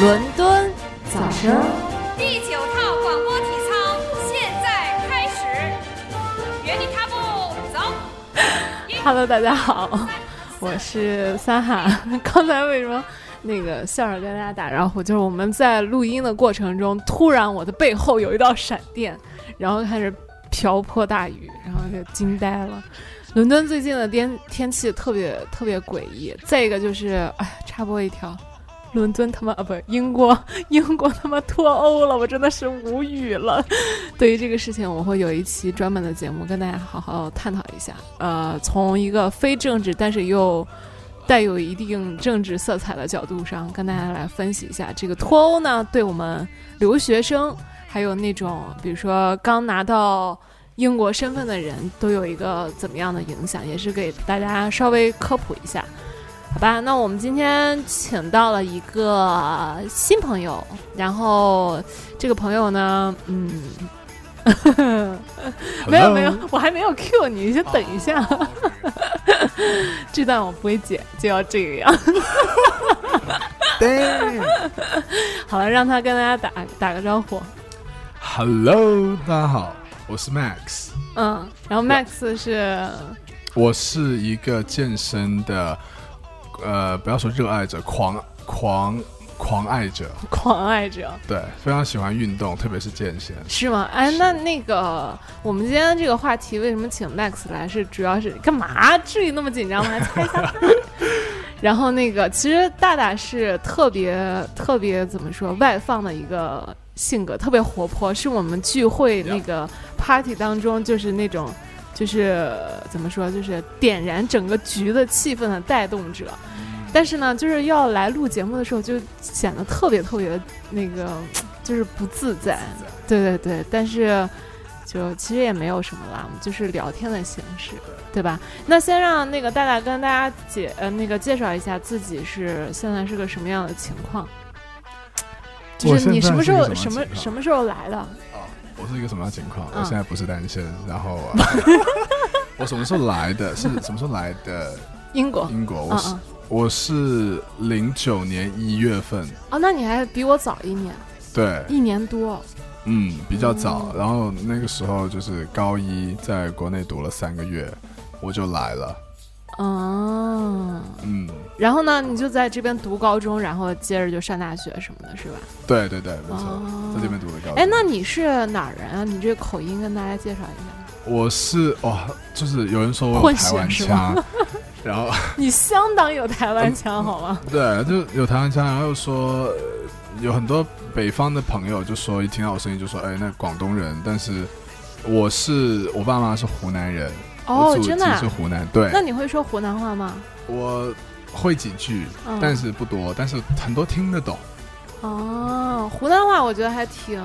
伦敦早声。第九套广播体操现在开始，原地踏步走。 Hello，大家好，哦我是三哈。刚才为什么那个笑笑跟大家打招呼？就是我们在录音的过程中，突然我的背后有一道闪电，然后开始瓢泼大雨，然后就惊呆了。伦敦最近的天天气特别特别诡异。再一个就是，哎，插播一条，伦敦他妈啊不，英国英国他妈脱欧了，我真的是无语了。 对于这个事情，我会有一期专门的节目跟大家好好探讨一下。呃，从一个非政治但是又带有一定政治色彩的角度上，跟大家来分析一下这个脱欧呢，对我们留学生还有那种比如说刚拿到英国身份的人都有一个怎么样的影响，也是给大家稍微科普一下。好吧，那我们今天请到了一个新朋友，然后这个朋友呢，嗯，没有没有，我还没有 Q 你，你先等一下。 这段我不会剪，就要这个样。 好了，让他跟大家打打个招呼。 Hello，大家好，我是 Max，嗯，然后 Max 是我是一个健身的，呃，不要说热爱者，狂狂狂爱者，狂爱者，对，非常喜欢运动，特别是健身。是吗？哎，那那个，我们今天这个话题为什么请 Max 来？是主要是干嘛？至于那么紧张吗？来猜一下吧。然后那个，其实大大是特别特别怎么说外放的一个性格，特别活泼，是我们聚会 Yeah. 那个 party 当中就是那种。就是怎么说，就是点燃整个局的气氛的带动者，但是呢，就是要来录节目的时候，就显得特别特别那个，就是不自在。哦对对对，但是就其实也没有什么啦，我们就是聊天的形式，对吧？那先让那个大大跟大家解呃那个介绍一下自己是现在是个什么样的情况，就我是你现在什么是时候个什什么么情况什么时候来的？哦，我是一个什么样的情况？嗯我现在不是单身，然后、呃 我什么时候来的？是什么时候来的？英国？英国，我嗯是、嗯，我是零九年一月份，哦，那你还比我早一年，对，一年多。嗯，比较早。然后那个时候就是高一，在国内读了三个月，我就来了。嗯，嗯，然后呢，你就在这边读高中，然后接着就上大学什么的，是吧？对对对，没错，哦在这边读的高中。哎，那你是哪儿人啊？你这口音跟大家介绍一下。我是哇，就是有人说我混有血台湾是腔， 然后你相当有台湾腔，好吗？对，就有台湾腔，然后又说呃有很多北方的朋友就说一听到我声音就说哎那广东人，但是我是我爸妈是湖南人，哦嗯我，祖籍真的啊、是湖南，对那，你会说湖南话吗？我会几句，嗯但是不多，但是很多听得懂。哦，湖南话我觉得还挺，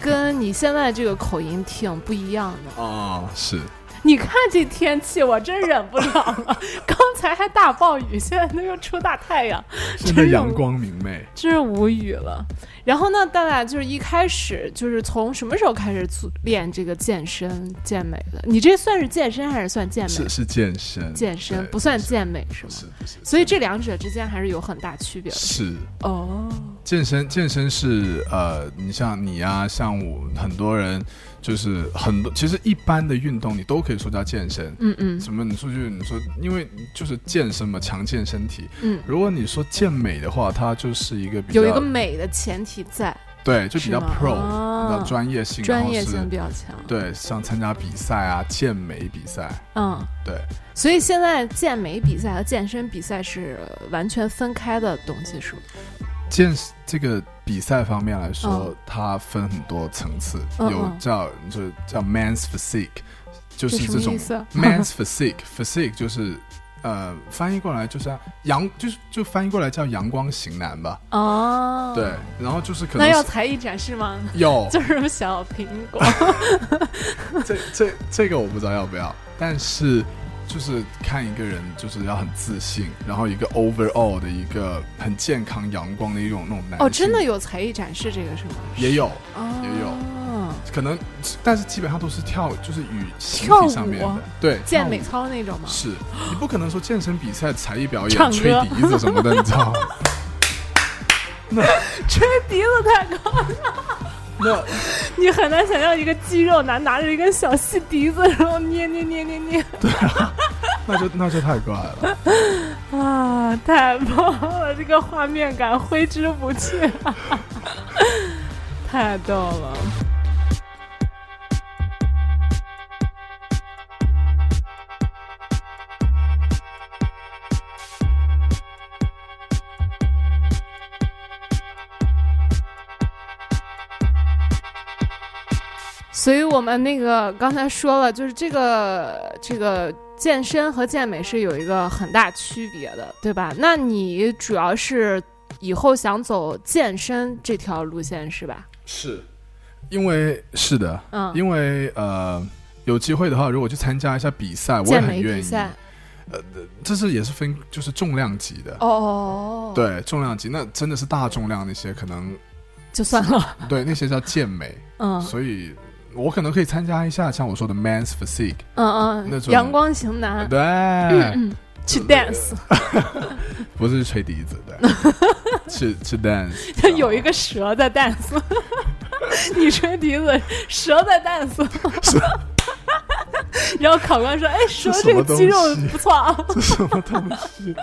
跟你现在这个口音挺不一样的。哦，是，你看这天气，我真忍不了了。 刚才还大暴雨，现在都又出大太阳，现在真阳有光明媚。真是无语了。然后呢，大大就是一开始就是从什么时候开始做练这个健身健美的？你这算是健身还是算健美是？是健身，健身对不算是健美是吗？是是所以这两者之间还是有很大区别的。是哦，健身，健身是呃，你像你啊，像我，很多人就是很多，其实一般的运动你都可以说叫健身。嗯嗯什么？你出去，你说，因为就是健身嘛，强健身体。嗯，如果你说健美的话，它就是一个比较有一个美的前提在，对，就比较是吗 pro，、哦比较专业性，然专后业是性比较强。对，像参加比赛啊，健美比赛，嗯，对，所以现在健美比赛和健身比赛是完全分开的东西，是吗？健这个比赛方面来说，嗯它分很多层次，嗯有嗯叫就是叫 man's physique，就是这什这么种意思啊 man's physique，physique 就是呃翻译过来就是啊阳，就是就翻译过来叫阳光型男吧，哦，对，，然后就是可那能要是才艺展示吗？ 有就是小苹 果，这这这个我不知道要不要，但是就是看一个人就是要很自信，然后一个 overall 的一个很健康阳光的一种那种男哦，真的性有才艺展示这个是吗？也有。哦，也可能，但是基本上都是跳，就是与形跳舞啊体上面的，对，健美跳操那种吗 舞？是你不可能说健身比赛、才艺表唱演、歌 吹笛子什么的，你知道吗？吹鼻子太高了。那你很难想象一个肌肉男拿着一根小细笛子，然后捏捏捏捏捏，那就那就太怪了。啊，太棒了！这个画面感挥之不去， 太逗了。所以我们那个刚才说了，就是这个这个健身和健美是有一个很大区别的，对吧？那你主要是以后想走健身这条路线是吧？是，因为是的，嗯，因为呃，有机会的话，如果去参加一下比赛，我也健很美愿比意。赛这是也是分就是重量级的，哦，，对重量级，那真的是大重量那些可能就算了，对那些叫健美，嗯所以我可能可以参加一下像我说的 man's physique，、嗯那嗯，种阳光型男对，去 dance，不是吹笛子 的，去去 dance，有一个蛇在 dance，你吹笛子，蛇在 dance，然后考官说：“哎，蛇这什这么个肌肉东西不错啊。” 这什么东西？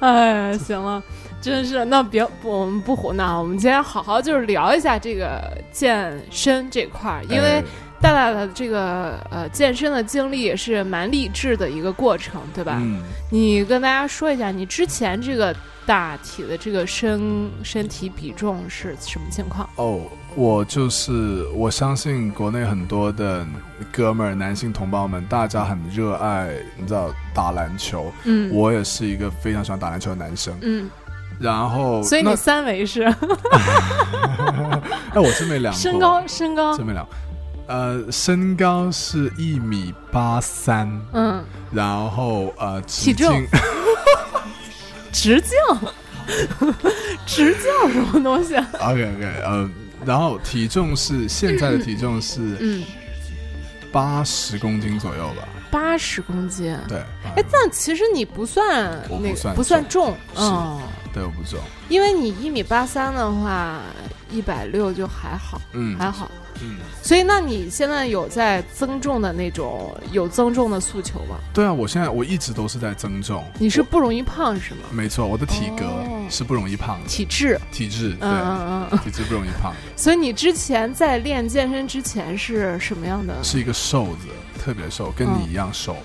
哎，行了，真是那别不我们不胡闹，我们今天好好就是聊一下这个健身这块儿， 因为哎大大的这个呃健身的经历也是蛮励志的一个过程，对吧？嗯，你跟大家说一下，你之前这个大体的这个身身体比重是什么情况？哦，我就是我相信国内很多的哥们儿、男性同胞们，大家很热爱，你知道打篮球，嗯，我也是一个非常喜欢打篮球的男生。嗯，然后，所以那你三围是哎，我真没量过身高，身高，真没量。呃，身高是一米八三，嗯，然后呃，直体重径直径， 直径什么东西？啊 OK OK，呃，然后体重是现在的体重是嗯，八十公斤左右吧？八十公斤。对，啊哎，但其实你不算我不那个算不算重，是嗯，对我不重，因为你一米八三的话，一百六就还好，嗯还好。嗯，所以，那你现在有在增重的那种有增重的诉求吗？对啊，我现在我一直都是在增重，你是不容易胖是吗？没错，我的体格哦是不容易胖的，体质，体质嗯对，嗯嗯。体质不容易胖的，所以你之前在练健身之前是什么样的？是一个瘦子，特别瘦，跟嗯你一 样瘦。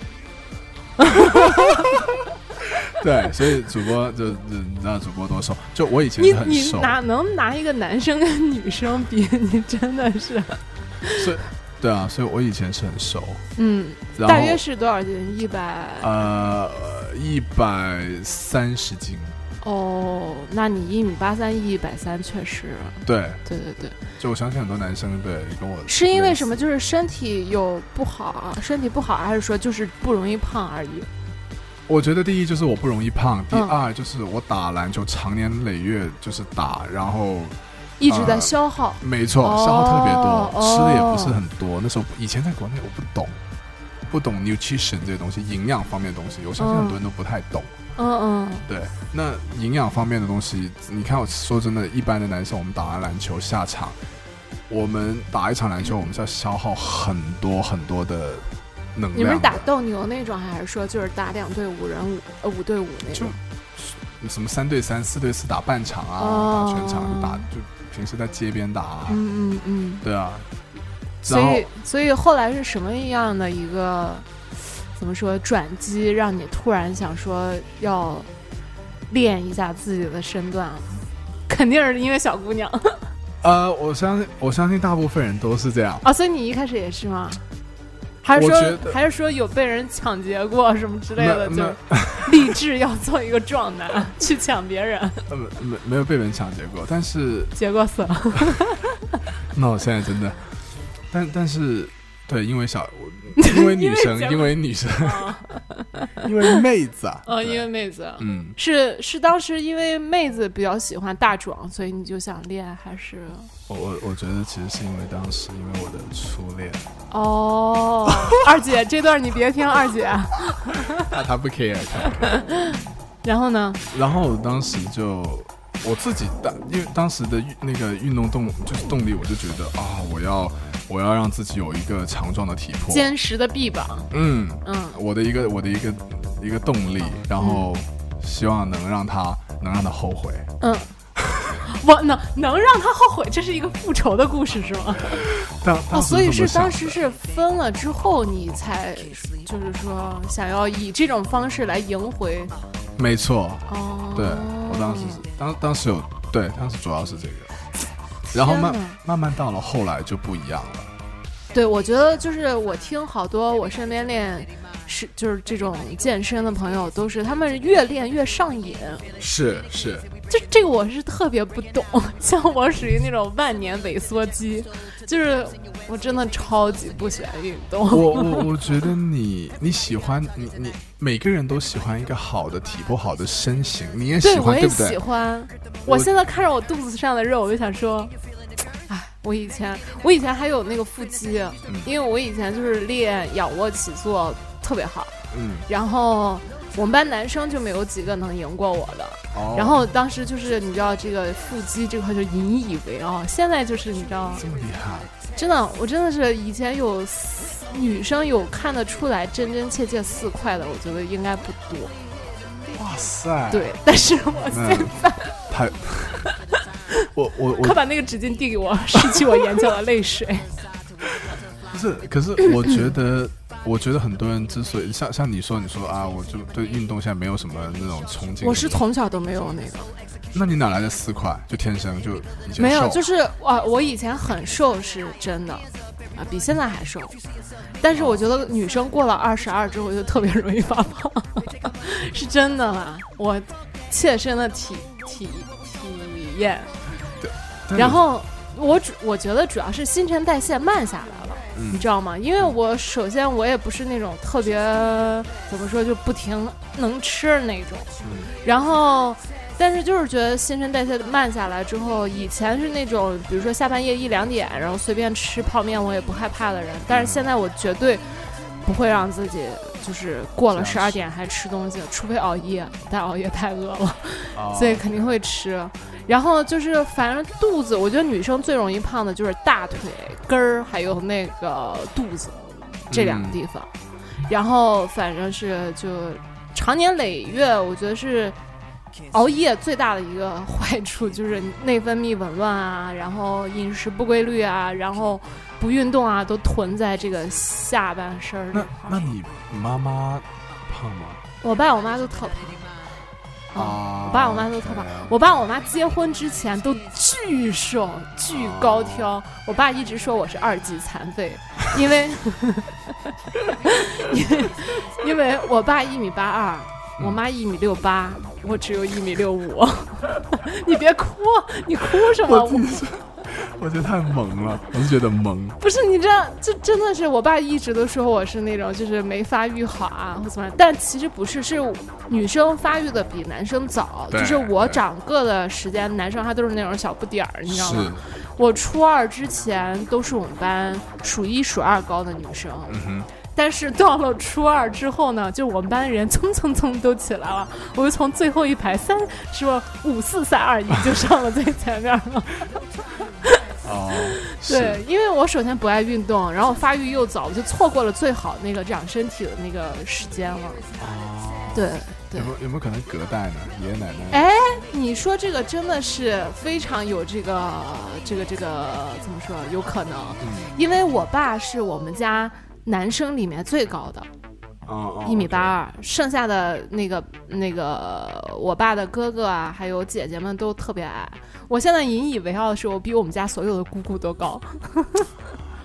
对，所以主播就就你知道主播多瘦，就我以前你是很你瘦，哪能拿一个男生跟女生比？ 你真的是，所以对啊，所以我以前是很瘦，嗯，然后大约是多少斤？一百。呃，一百三十斤，哦，那你一米八三，一百三，确实，对，对对对，就我相信很多男生对跟我是因为类什似么？？就是身体有不好啊，身体不好，还是说就是不容易胖而已？我觉得第一就是我不容易胖，第嗯二就是我打篮球常年累月就是打，然后一直在啊消耗。没错哦消耗特别多，吃的也不是哦很多。那时候以前在国内我不懂，不懂 nutrition 这些东西，营养方面的东西，我相信嗯很多人都不太懂。嗯对，那营养方面的东西，你看，我说真的，一般的男生，我们打完篮球下场，我们打一场篮球，我们是要消耗很多很多的能量嗯，的。你们是打斗牛那种，还是说就是打两队五人五呃五对五那就种？什么三对三、四对四打半场啊，哦打全场就打，就平时在街边打、啊，嗯嗯嗯。对啊。所然后以所以后来是什么样的一个怎么说转机，让你突然想说要练一下自己的身段啊？肯定是因为小姑娘。呃，我相信，我相信大部分人都是这样。 啊，所以你一开始也是吗？还是我觉说得还是说有被人抢劫过什么之类没的，有，就没有是立志要做一个壮 男去抢别人，呃没没有被人抢劫过，但是结果死了。那我现在真的，但但是，对，因为小，我因为女生因为， 因为女生，啊，因为妹子啊，哦对因为妹子。嗯，是是，当时因为妹子比较喜欢大壮，所以你就想练，还是我我我觉得其实是因为当时因为我的初恋，哦？二姐，这段你别听，二姐。 他他不 care，他不 care 然后呢？然后我当时就我自己当因为当时的运那个运动动就是动力，我就觉得啊，我要我要让自己有一个强壮的体魄，坚实的臂膀，嗯，嗯，我的一个我的一个一个动力，然后希望能让他能让他后悔。嗯，我能能让他后悔，这是一个复仇的故事是吗？但哦，当时所以这么是想当时是分了之后，你才就是说想要以这种方式来赢回没错，哦。对我当时是当当时有对当时主要是这个，然后慢天哪慢慢到了后来就不一样了，对，我觉得就是我听好多我身边练是就是这种健身的朋友，都是他们越练越上瘾。是是，这这个我是特别不懂，像我属于那种万年萎缩肌，就是我真的超级不喜欢运动。我我我觉得你你喜欢你你每个人都喜欢一个好的体魄、好的身形，你也喜对，我欢也不喜对？欢。我我现在看着我肚子上的肉，我就想说，哎，我以前我以前还有那个腹肌，嗯因为我以前就是练仰卧起坐特别好，嗯，然后我们班男生就没有几个能赢过我的。哦然后当时就是你知道这个腹肌这块就引以为傲，现在就是你知道，这么厉害，真的我真的是以前有四女生有看得出来真真切切四块的，我觉得应该不多，哇塞，，对。但是我现哎嗯，太，我我我快把那个纸巾递给我，拭去我眼角的泪 水。不是，可是我觉得，我觉得很多人之所以像像你说，你说啊，我就对运动现在没有什么那种憧憬。我是，从小都没有那个，那你哪来的四块？就天生就以前没有，瘦就是啊，我以前很瘦是真的，啊，比现在还瘦。但是哦我觉得女生过了二十二之后就特别容易发胖， 是真的啦，我切身的体体体验。但是然后我主我觉得主要是新陈代谢慢下来了。嗯你知道吗？因为我首先我也不是那种特别怎么说就不停能吃的那种，然后但是就是觉得新陈代谢慢下来之后，以前是那种比如说下半夜一两点，然后随便吃泡面我也不害怕的人，但是现在我绝对不会让自己就是过了十这二样点还吃东西，除非熬夜，但熬夜太饿了。哦所以肯定会吃。然后就是，反正肚子，我觉得女生最容易胖的就是大腿根儿，还有那个肚子这两个地方。然后反正是就嗯长年累月，我觉得是熬夜最大的一个坏处就是内分泌紊乱啊，然后饮食不规律啊，然后不运动啊，都囤在这个下半身儿这那块那儿。你妈妈胖吗？我爸我妈都特胖。啊啊我爸我妈都特胖 OK。我爸我妈结婚之前都巨瘦、巨高哦挑，我爸一直说我是二级残废，因为 因为因为我爸一米八二，我妈一米六八，我只有一米六五。 你别哭，你哭什么？我我自己是，我觉得太萌了，我是觉得萌。不是你这样，这真的是我爸一直都说我是那种就是没发育好啊或怎么样，但其实不是，是女生发育的比男生早，对就是我对长个的时间，男生他都是那种小不点儿，你知道是吗？，我初二之前都是我们班数一数二高的女生，嗯但是到了初二之后呢，就我们班人蹭蹭蹭都起来了，我就从最后一排三什么五四三二一就上了最前面了。哼，哦，是对，，因为我首先不爱运动，然后发育又早，我就错过了最好那个长身体的那个时间了。哦，对，有没有有没有可能隔代呢？爷爷奶奶？哎，你说这个真的是非常有这个这个这个怎么说？有可能，嗯因为我爸是我们家男生里面最高的，哦，一米八二，剩下的那个那个我爸的哥哥啊，还有姐姐们都特别矮。我现在引以为傲的是，我比我们家所有的姑姑都高，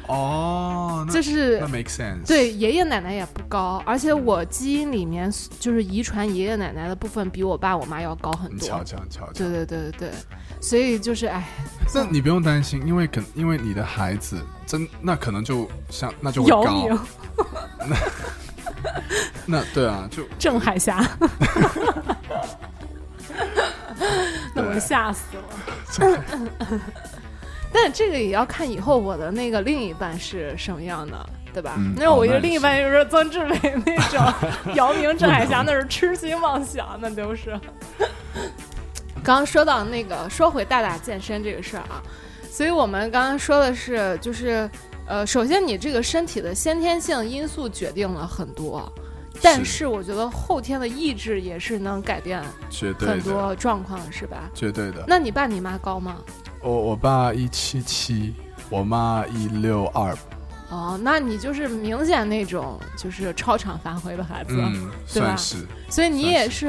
哦，哦，那这是那 make sense。对，爷爷奶奶也不高，而且我基因里面就是遗传爷爷奶奶的部分比我爸我妈要高很你嗯瞧多。瞧瞧瞧。对对对对对，所以就是哎，那你不用担心，因为可因为你的孩子真那可能就像那就会姚高明、那对啊，就郑海霞， 那我吓死了。 但这个也要看以后我的那个另一半是什么样的，对吧？嗯那哦我一个那也另一是半就是曾志伟那 种，姚明、郑海霞那是痴心妄想，那都是。刚刚说到那个，说回大大健身这个事儿啊，所以我们刚刚说的是，就是呃，首先你这个身体的先天性因素决定了很多，但是我觉得后天的意志也是能改变绝对很的，多状况，是吧？绝对的。那你爸你妈高吗？我我爸一七七，我妈一六二，哦，那你就是明显那种就是超常发挥的孩子，嗯，对吧算是。所以你算也是，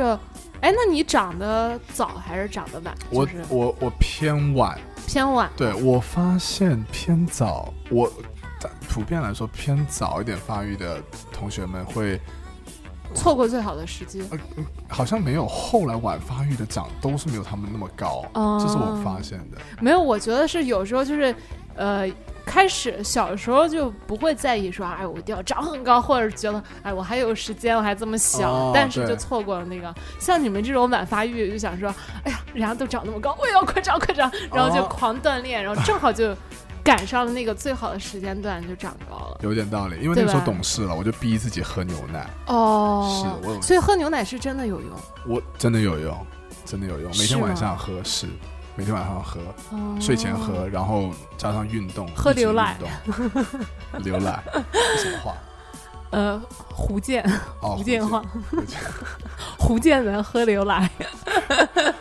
哎，那你长得早还是长得晚？我就是我我偏晚，偏晚。对我发现偏早，我但普遍来说偏早一点发育的同学们会错过最好的时机。好像没有后来晚发育的长都是没有他们那么高，哦这是我发现的。没有，我觉得是有时候就是，呃，开始小时候就不会在意说，哎，我一定要长很高，或者觉得，哎，我还有时间，我还这么小，哦但是就对错过了那个。像你们这种晚发育，就想说，哎呀，人家都长那么高，我也要快长快长，然后就哦狂锻炼，然后正好就赶上了那个最好的时间段，就长高了。有点道理，因为那个时对候吧懂事了，我就逼自己喝牛奶，哦，是我有所以喝牛奶是真的有用。我真的有用，真的有用，每是天吗晚上喝是，每天晚上喝，哦、睡前喝，然后加上运动，喝一直牛奶运动， 牛奶什么话？呃，福建哦，福建话，福建，福建人喝牛奶。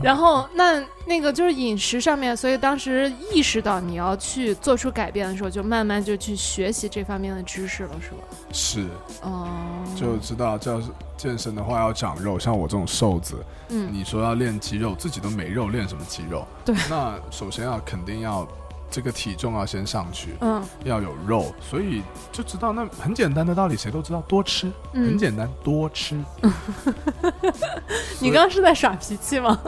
然后，那那个就是饮食上面，所以当时意识到你要去做出改变的时候，就慢慢就去学习这方面的知识了，是吧？是哦、就知道，叫健身的话要长肉，像我这种瘦子，嗯，你说要练肌肉，自己都没肉，练什么肌肉？对，那首先要肯定要这个体重要先上去，嗯要有肉，所以就知道那很简单的道理，谁都知道，多吃，嗯，很简单，多吃。你刚刚是在耍脾气 吗？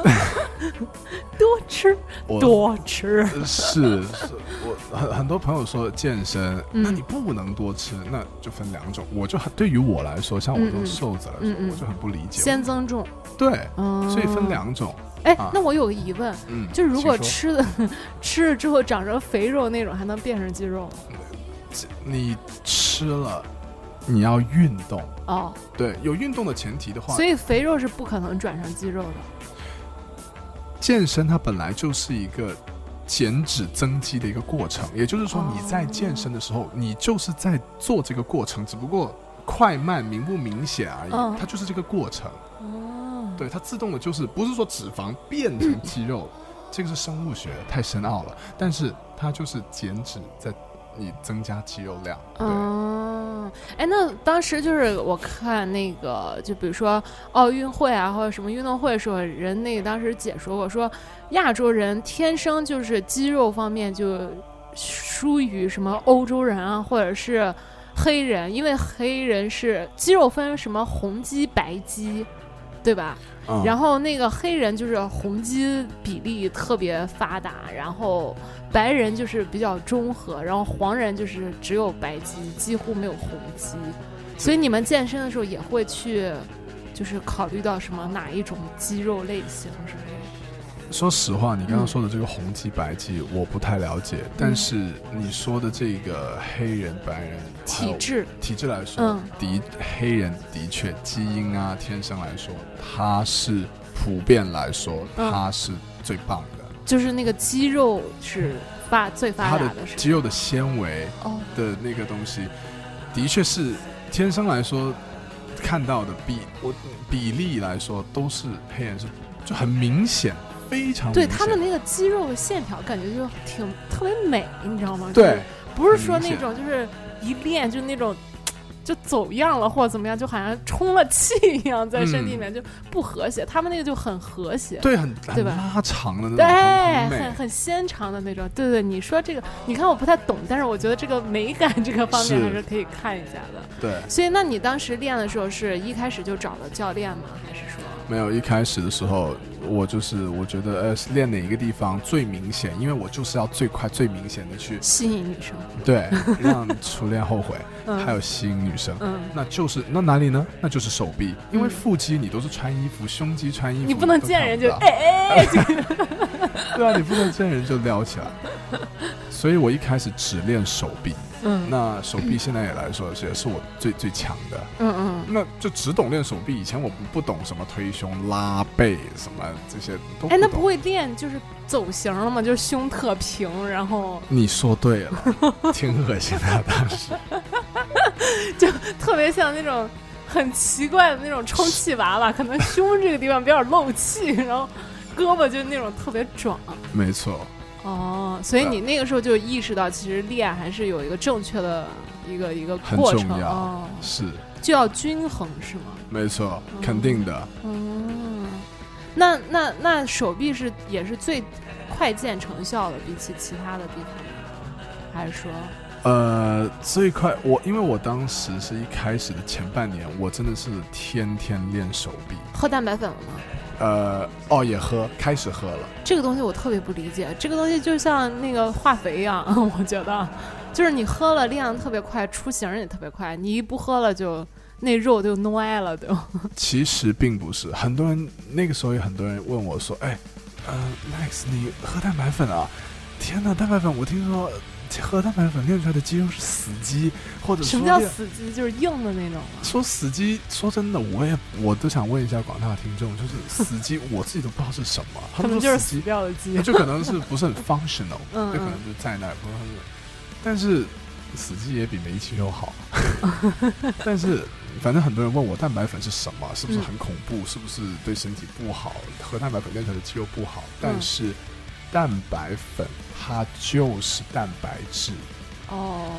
多吃我多吃， 是，是我很很多朋友说健身，嗯那你不能多吃，那就分两种。我就很对于我来说，像我这嗯嗯种瘦子来说，嗯嗯我就很不理解。先增重。对，嗯，所以分。两种。哎啊，那我有个疑问，嗯，就如果请说吃的 吃了之后长成肥肉那种，还能变成肌肉吗？你吃了，你要运动。哦，对，有运动的前提的话，所以肥肉是不可能转成肌肉的。健身它本来就是一个减脂增肌的一个过程，也就是说哦你在健身的时候，你就是在做这个过程，只不过快慢明不明显而已，嗯它就是这个过程。哦，对，它自动的就是不是说脂肪变成肌肉，这个是生物学太深奥了，但是它就是减脂在你增加肌肉量。对，哦，哎，那当时就是我看那个，就比如说奥运会啊，或者什么运动会的时候，人那个当时解说过，说亚洲人天生就是肌肉方面就疏于什么欧洲人啊，或者是黑人，因为黑人是肌肉分什么红肌、白肌，对吧？嗯然后那个黑人就是红肌比例特别发达，然后白人就是比较中和，然后黄人就是只有白肌，几乎没有红肌。所以你们健身的时候也会去，就是考虑到什么哪一种肌肉类型之类的。说实话，你刚刚说的这个红肌白肌，我不太了解。但是你说的这个黑人、白人还有体质体质来说，嗯的黑人的确基因啊，天生来说，他是普遍来说嗯他是最棒的，就是那个肌肉是发最发他达的的是肌肉的纤维哦，的那个东西，的确是天生来说看到的比我比例来说都是黑人是就很明显，非常对明显他们那个肌肉的线条感觉就挺特别美，你知道吗？就是对。不是说那明显种就是一练就那种就走样了或者怎么样，就好像充了气一样在身体里面就不和谐。他们那个就很和谐，嗯对，很对很吧拉长的那种，对，很很美。很纤长的那种。对对，你说这个，你看我不太懂，但是我觉得这个美感这个方面是还是可以看一下的。 对，所以，那你当时练的时候是一开始就找了教练吗？还是说？没有一开始的时候，我就是我觉得呃，练哪一个地方最明显，因为我就是要最快最明显的去吸引女生， 对让初恋后悔，嗯，还有吸引女生。嗯，那就是那哪里呢？那就是手臂，因为嗯腹肌你都是穿衣服，胸肌穿衣服，你不能都见看人不就到哎哎 哎，对啊，你不能见人就撩起来。所以我一开始只练手臂，嗯那手臂现在也来说是也是我最最强的，嗯嗯，那就只懂练手臂。以前我不不懂什么推胸、拉背什么这些都哎，那懂不会练就是走形了吗？就是胸特平，然后你说对了，挺恶心的，当时。特别像那种很奇怪的那种充气娃 娃，可能胸这个地方比较漏气，然后胳膊就那种特别壮。没错，哦，所以你那个时候就意识到，其实练还是有一个正确的一个一个很过程重要哦，是就要均衡是吗？没错，嗯肯定的。嗯，那那那手臂是也是最快见成效的，比起其他的地方，还是说，呃，最快我因为我当时是一开始的前半年，我真的是天天练手臂。喝蛋白粉了吗？呃，哦，也喝，开始喝了。这个东西我特别不理解，这个东西就像那个化肥一样， 我觉得，就是你喝了量特别快，出型儿也特别快，你一不喝了就那肉就弄歪了，对吧？其实并不是，很多人那个时候有很多人问我说：“哎，呃，Max，你喝蛋白粉啊？天哪，蛋白粉！我听说喝蛋白粉练出来的肌肉是死肌，或者什说么叫练死肌？就是硬的那种啊吗？说死鸡，说真的，我也我都想问一下广大的听众，就是死鸡，我自己都不知道是什么，他可们能说就是死死鸡，掉的鸡。就可能是不是很 functional，嗯就可能就在那儿不是很，但是死鸡也比煤气 球好，但是反正很多人问我蛋白粉是什么，是不嗯是很恐怖，是不是对身体不好，喝蛋白粉练出来的肌肉不嗯好，但是蛋白粉它就是蛋白质，哦，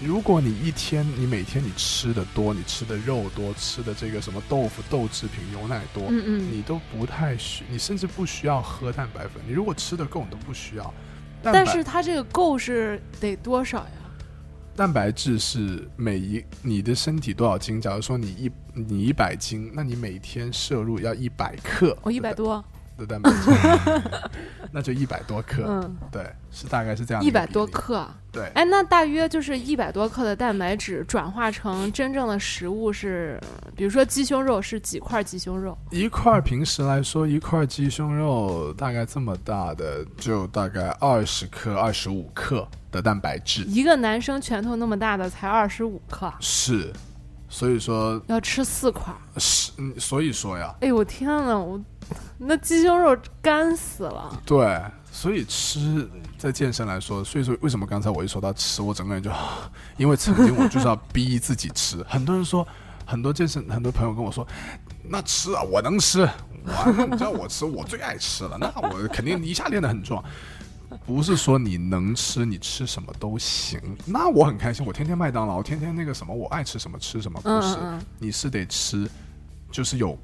如果你一天，你每天你吃的多，你吃的肉多，吃的这个什么豆腐、豆制品、牛奶多，嗯嗯，你都不太需，你甚至不需要喝蛋白粉。你如果吃的够，你都不需要。蛋白但是它这个够是得多少呀？蛋白质是每一你的身体多少斤？假如说你一你一百斤，那你每天摄入要一百克，我哦一百多，的蛋白质， 那就一百多克。嗯，对，是大概是这样。一百多，克。对，哎，那大约就是一百多克的蛋白质转化成真正的食物是，比如说鸡胸肉是几块鸡胸肉？一块儿平时来说，一块儿鸡胸肉大概这么大的，就大概二十克、二十五克的蛋白质一个男生拳头那么大的才二十五克，是，所以说要吃四块。是，嗯所以说呀，哎呦我天呐，我那鸡胸肉干死了。对，所以吃在健身来说，所以说为什么刚才我一说到吃，我整个人就，因为曾经我就是要逼自己吃， 很多人说，很多健身很多朋友跟我说，那吃啊，我能吃，我那你知道我吃，我最爱吃了，那我肯定一下练得很壮。不是说你能吃，你吃什么都行。那我很开心，我天天麦当劳，天天那个什么，我爱吃什么吃什么。不嗯是，嗯嗯你是得吃，就是有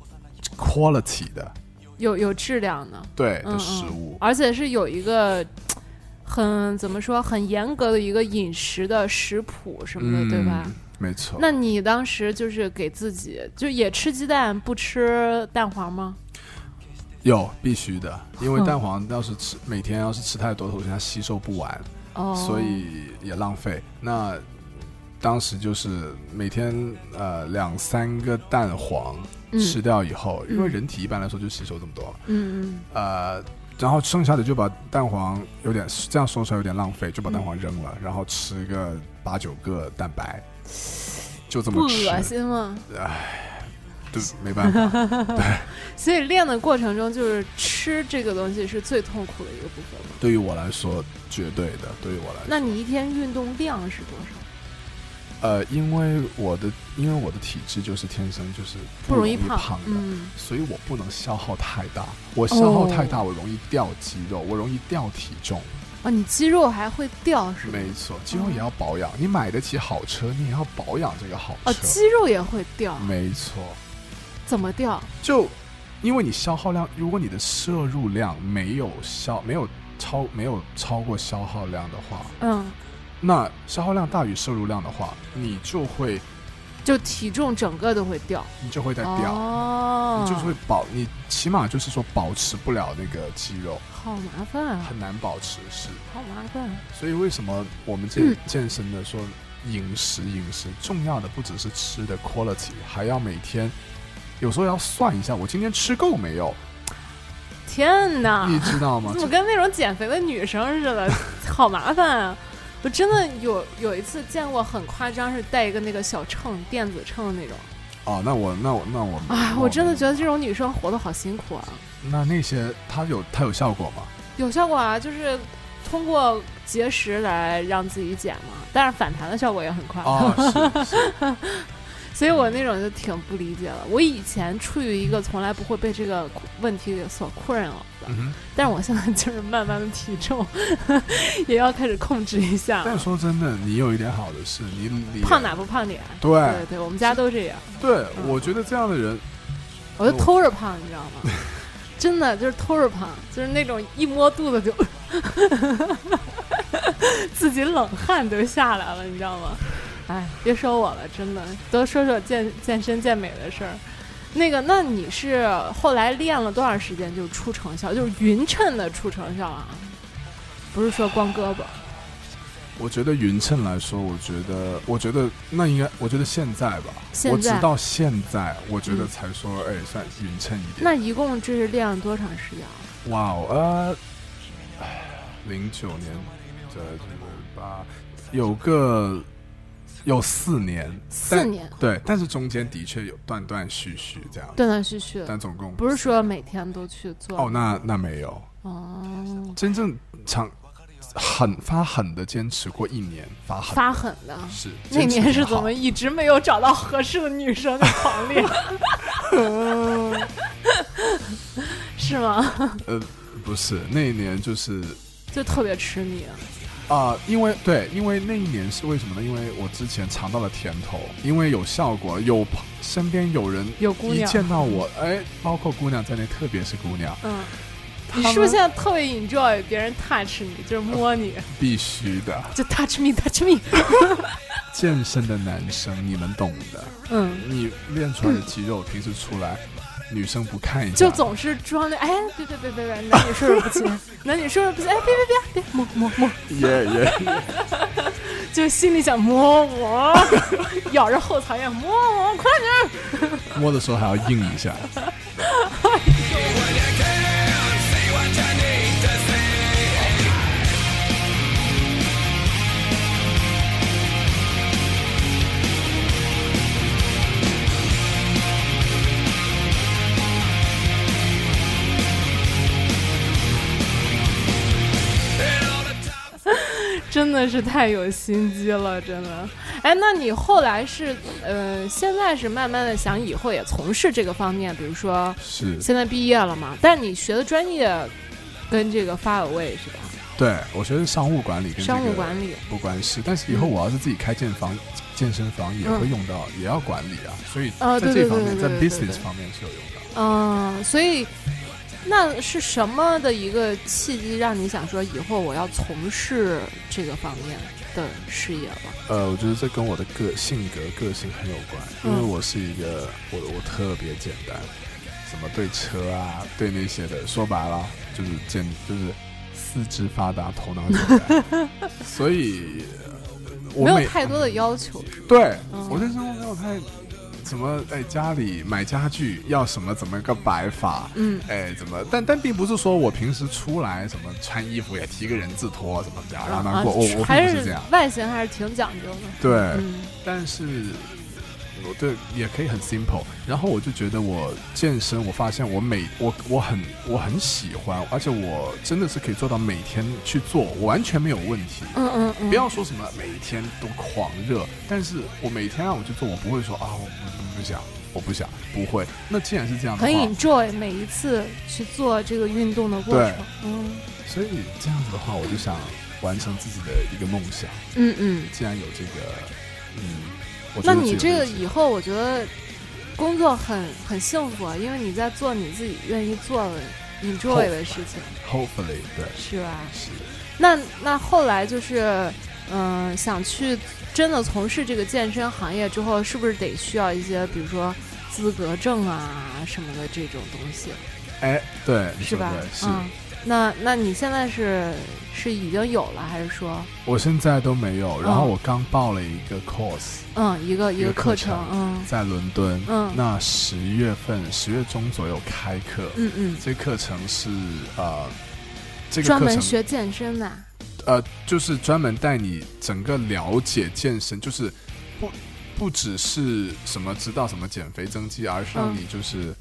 quality 的，有有质量的，对嗯的食嗯物，。而且是有一个很怎么说很严格的一个饮食的食谱什嗯么的，对吧？？没错。那你当时就是给自己就也吃鸡蛋不吃蛋黄吗？有必须的，因为哼蛋黄要是吃每天要是吃太多，首先它吸收不完，哦，所以也浪费。那当时就是每天呃两三个蛋黄嗯吃掉以后，嗯因为人体一般来说就吸收这么多了，嗯呃，然后剩下的就把蛋黄有点这样说出来有点浪费，就把蛋黄扔了，嗯然后吃个八九个蛋白，就这嗯，不么吃，恶心吗？对，没办法。所以练的过程中，就是吃这个东西是最痛苦的一个部分嘛。对于我来说，绝对的。对于我来说，那你一天运动量是多少？呃，因为我的因为我的体质就是天生就是不容易胖，的，嗯，所以我不能消耗太大。我消耗太大，我容易掉肌肉，我容易掉体重。哦，你肌肉还会掉是吗？没错，肌肉也要保养。你买得起好车，你也要保养这个好哦，车。肌肉也会掉，没错，怎么掉？就因为你消耗量，如果你的摄入量没有消没有超没有超过消耗量的话，嗯，那消耗量大于摄入量的话，你就会就体重整个都会掉，你就会在掉。哦你，就是会保，你起码就是说保持不了那个肌肉，好麻烦啊，很难保持是。好麻烦啊。所以为什么我们嗯健、健身的说饮食饮食重要的不只是吃的 quality，还要每天。有时候要算一下，我今天吃够没有，天哪！你知道吗？怎 这么跟那种减肥的女生似的，好麻烦啊！我真的有有一次见过很夸张，是带一个那个小秤，电子秤那种。哦，那我那我那我 啊，我真的觉得得这种女生活得好辛苦啊。那那些它有它有效果吗？有效果啊，就是通过节食来让自己减嘛，但是反弹的效果也很快。哦， 是是，所以我那种就挺不理解了。我以前处于一个从来不会被这个问题所困扰的，嗯哼。但是我现在就是慢慢的体重 也要开始控制一下但了。说真的，你有一点好的是，你你胖哪不胖点，对对对，我们家都这样，对，嗯我觉得这样的人，我嗯就偷着胖，你知道 吗？真的就是偷着胖，就是那种一摸肚子就 自己冷汗都下来了，你知道吗？哎，别说我了，真的，都说说健健身健美的事儿。那个，那你是后来练了多长时间就出成效，就是匀称的出成效啊？不是说光胳膊，我觉得匀称来说，我觉得我觉得那应该，我觉得现在吧，现我直在到现在，我觉得嗯才说，哎，算匀称一点。那一共这是练了多长时间啊？哇哦，呃，零九年的吧，有个有四年，四但年，对，但是中间的确有断断续续这样，断断续续的，但总共不是说每天都去做哦，那那没有，哦，真正长狠发狠的坚持过一年，发狠发狠的。是那坚持年是挺怎好么一直没有找到合适的女生的狂恋？ 是吗？呃，不是，那一年就是就特别痴迷。啊、因为对，因为那一年是为什么呢？因为我之前尝到了甜头，因为有效果，有朋身边有人有姑一娘见到我，哎，包括姑娘在内，特别是姑娘，嗯，她你是不是们现在特别 enjoy 别人 touch 你，就是摸你，必须的？呃就 touch me touch me？健身的男生你们懂的，嗯，你练出来的肌肉，平时出来，女生不看一下， 就总是装着哎，别别别别别，男女授受不 亲，男女授受不亲，哎，别别别别摸摸 摸，耶耶，就心里想摸 我，咬着后槽牙哎摸我，快点儿。 摸的时候还要硬一下。真的是太有心机了，真的。哎，那你后来是，呃，现在是慢慢的想以后也从事这个方面，比如说是，现在毕业了嘛，但是你学的专业跟这个发尾味是吧？对我觉得商务管理跟这商务个管理，不关系，但是以后我要是自己开健房、健身房也会用到，也要管理啊，所以嗯啊在对这方面，对对在对对对 business 方面是有用到。嗯、所以那是什么的一个契机让你想说以后我要从事这个方面的事业了？呃，我觉得这跟我的个性格、个性很有关，因嗯为我是一个我我特别简单，什么对车啊，对那些的，说白了就是简就是四肢发达，头脑简单， 所以呃我没每有太多的要求，是吧？对，嗯我在生活没有太什么哎，家里买家具要什么怎么个摆法，嗯，哎怎么，但但并不是说我平时出来什么穿衣服也提个人字拖什么这样让他啊过，我我并不啊还是这是样，外形还是挺讲究的。对，嗯。但是。我对也可以很 simple，然后我就觉得我健身，我发现我每我我很我很喜欢，而且我真的是可以做到每天去做，我完全没有问题。嗯嗯嗯，不要说什么每天都狂热，但是我每天让我去做，我不会说啊，我不不不想，我不想，不会。那既然是这样的很话， enjoy 每一次去做这个运动的过程对。嗯所以这样子的话，我就想完成自己的一个梦想。嗯嗯，既然有这个，嗯，我觉那得你这这个以后，我觉得工作很很幸福啊，因为你在做你自己愿意做的、enjoy 的事情， hopefully 对是吧？是那那后来就是，嗯、想去真的从事这个健身行业之后，是不是得需要一些，比如说资格证啊什么的这种东西？哎对你是说吧对？是、嗯，那那你现在是是已经有了，还是说，我现在都没有，然后嗯我刚报了一个 course 嗯，一个一一个个课课程程，嗯在伦敦，嗯那十月份十月中左右开课，嗯嗯，这课程是呃，这个专课门程学健身的啊，呃，就是专门带你整个了解健身，就是不不只是什么知道什么减肥增肌，而是让嗯你就是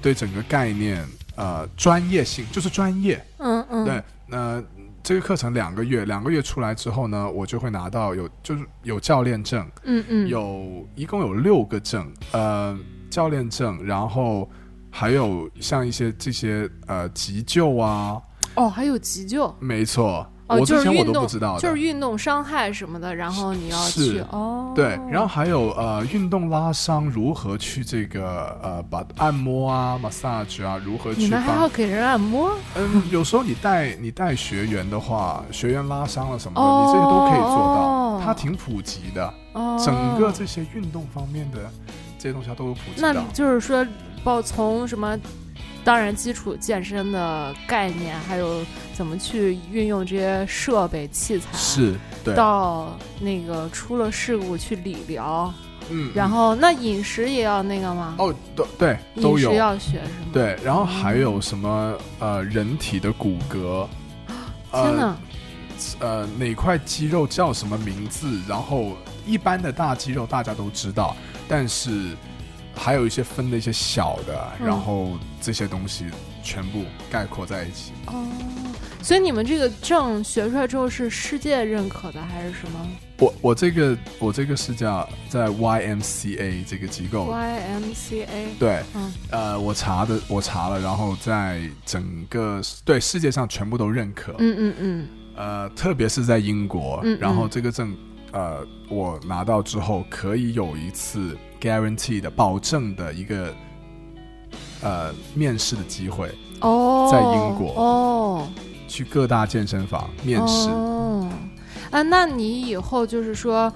对整个概念呃专业性，就是专业。嗯嗯，对，那、这个课程两个月，两个月出来之后呢，我就会拿到有就是有教练证，嗯嗯，有一共有六个证，呃，教练证，然后还有像一些这些呃急救啊，哦，还有急救。没错，哦，我就之是前我运都不动，知道的，就是运动伤害什么的，然后你要是去哦。对，然后还有呃运动拉伤如何去这个呃把按摩啊 massage 啊如何你去们还要帮。给人按摩嗯，有时候你带你带学员的话，学员拉伤了什么的，哦你这些都可以做哦到，它挺普及的。哦，整个这些运动方面的这些东西它都有普及那到。就是说，包从什么，当然基础健身的概念，还有怎么去运用这些设备器材，啊是，对，到那个出了事故去理疗，嗯，然后那饮食也要那个吗？哦，对对，饮都食有，要嗯学是吗？，对，然后还有什么呃人体的骨骼，天呃哪，呃哪块肌肉叫什么名字，然后一般的大肌肉大家都知道，但是还有一些分的一些小的，嗯然后这些东西全部概括在一起。哦，所以你们这个证学出来之后是世界认可的还是什么我我这个我这个是叫在 YMCA 这个机构 YMCA？对，嗯呃，我查的，我查了，然后在整个对世界上全部都认可，嗯嗯嗯，呃，特别是在英国，嗯嗯然后这个证，呃，我拿到之后可以有一次 guarantee 的保证的一个呃面试的机会，哦，在英国哦。去各大健身房面试。哦，啊，那你以后就是说，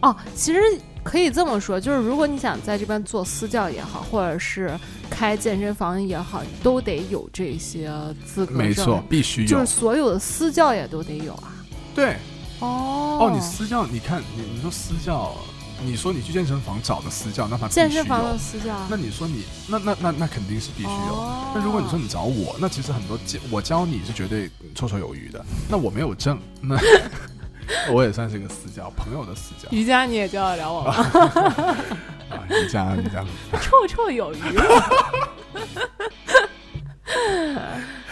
哦，其实可以这么说，就是如果你想在这边做私教也好，或者是开健身房也好，你都得有这些资格证。没错，，必须就有是。所有的私教也都得有啊。对，哦，哦，你私教，你看，你你说私教，你说你去健身房找的私教，那他必须健身房有的私教啊那你说你那那那那肯定是必须有。哦那如果你说你找我，那其实很多教我教你是绝对绰绰有余的。那我没有证，那我也算是个私教，朋友的私教瑜伽你也教得了我吗？ 啊，瑜伽瑜伽。绰绰有余。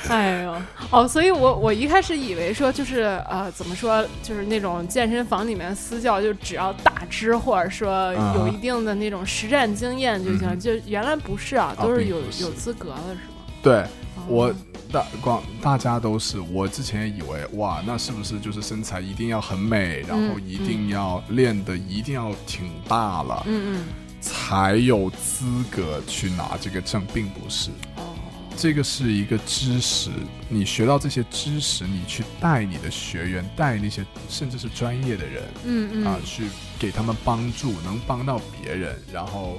哎呦，哦，所以我我一开始以为说就是呃，怎么说，就是那种健身房里面私教，就只要大师或者说啊有一定的那种实战经验就行，嗯就原来不是啊，啊都是并有不是有资格的是吗？对哦我大光大家都是，我之前也以为哇，那是不是就是身材一定要很美，然后嗯一定要练的一定要挺大了，嗯才有资格去拿这个证，并不是。嗯哦这个是一个知识，你学到这些知识，你去带你的学员，带那些甚至是专业的人嗯嗯啊、去给他们帮助，能帮到别人，然后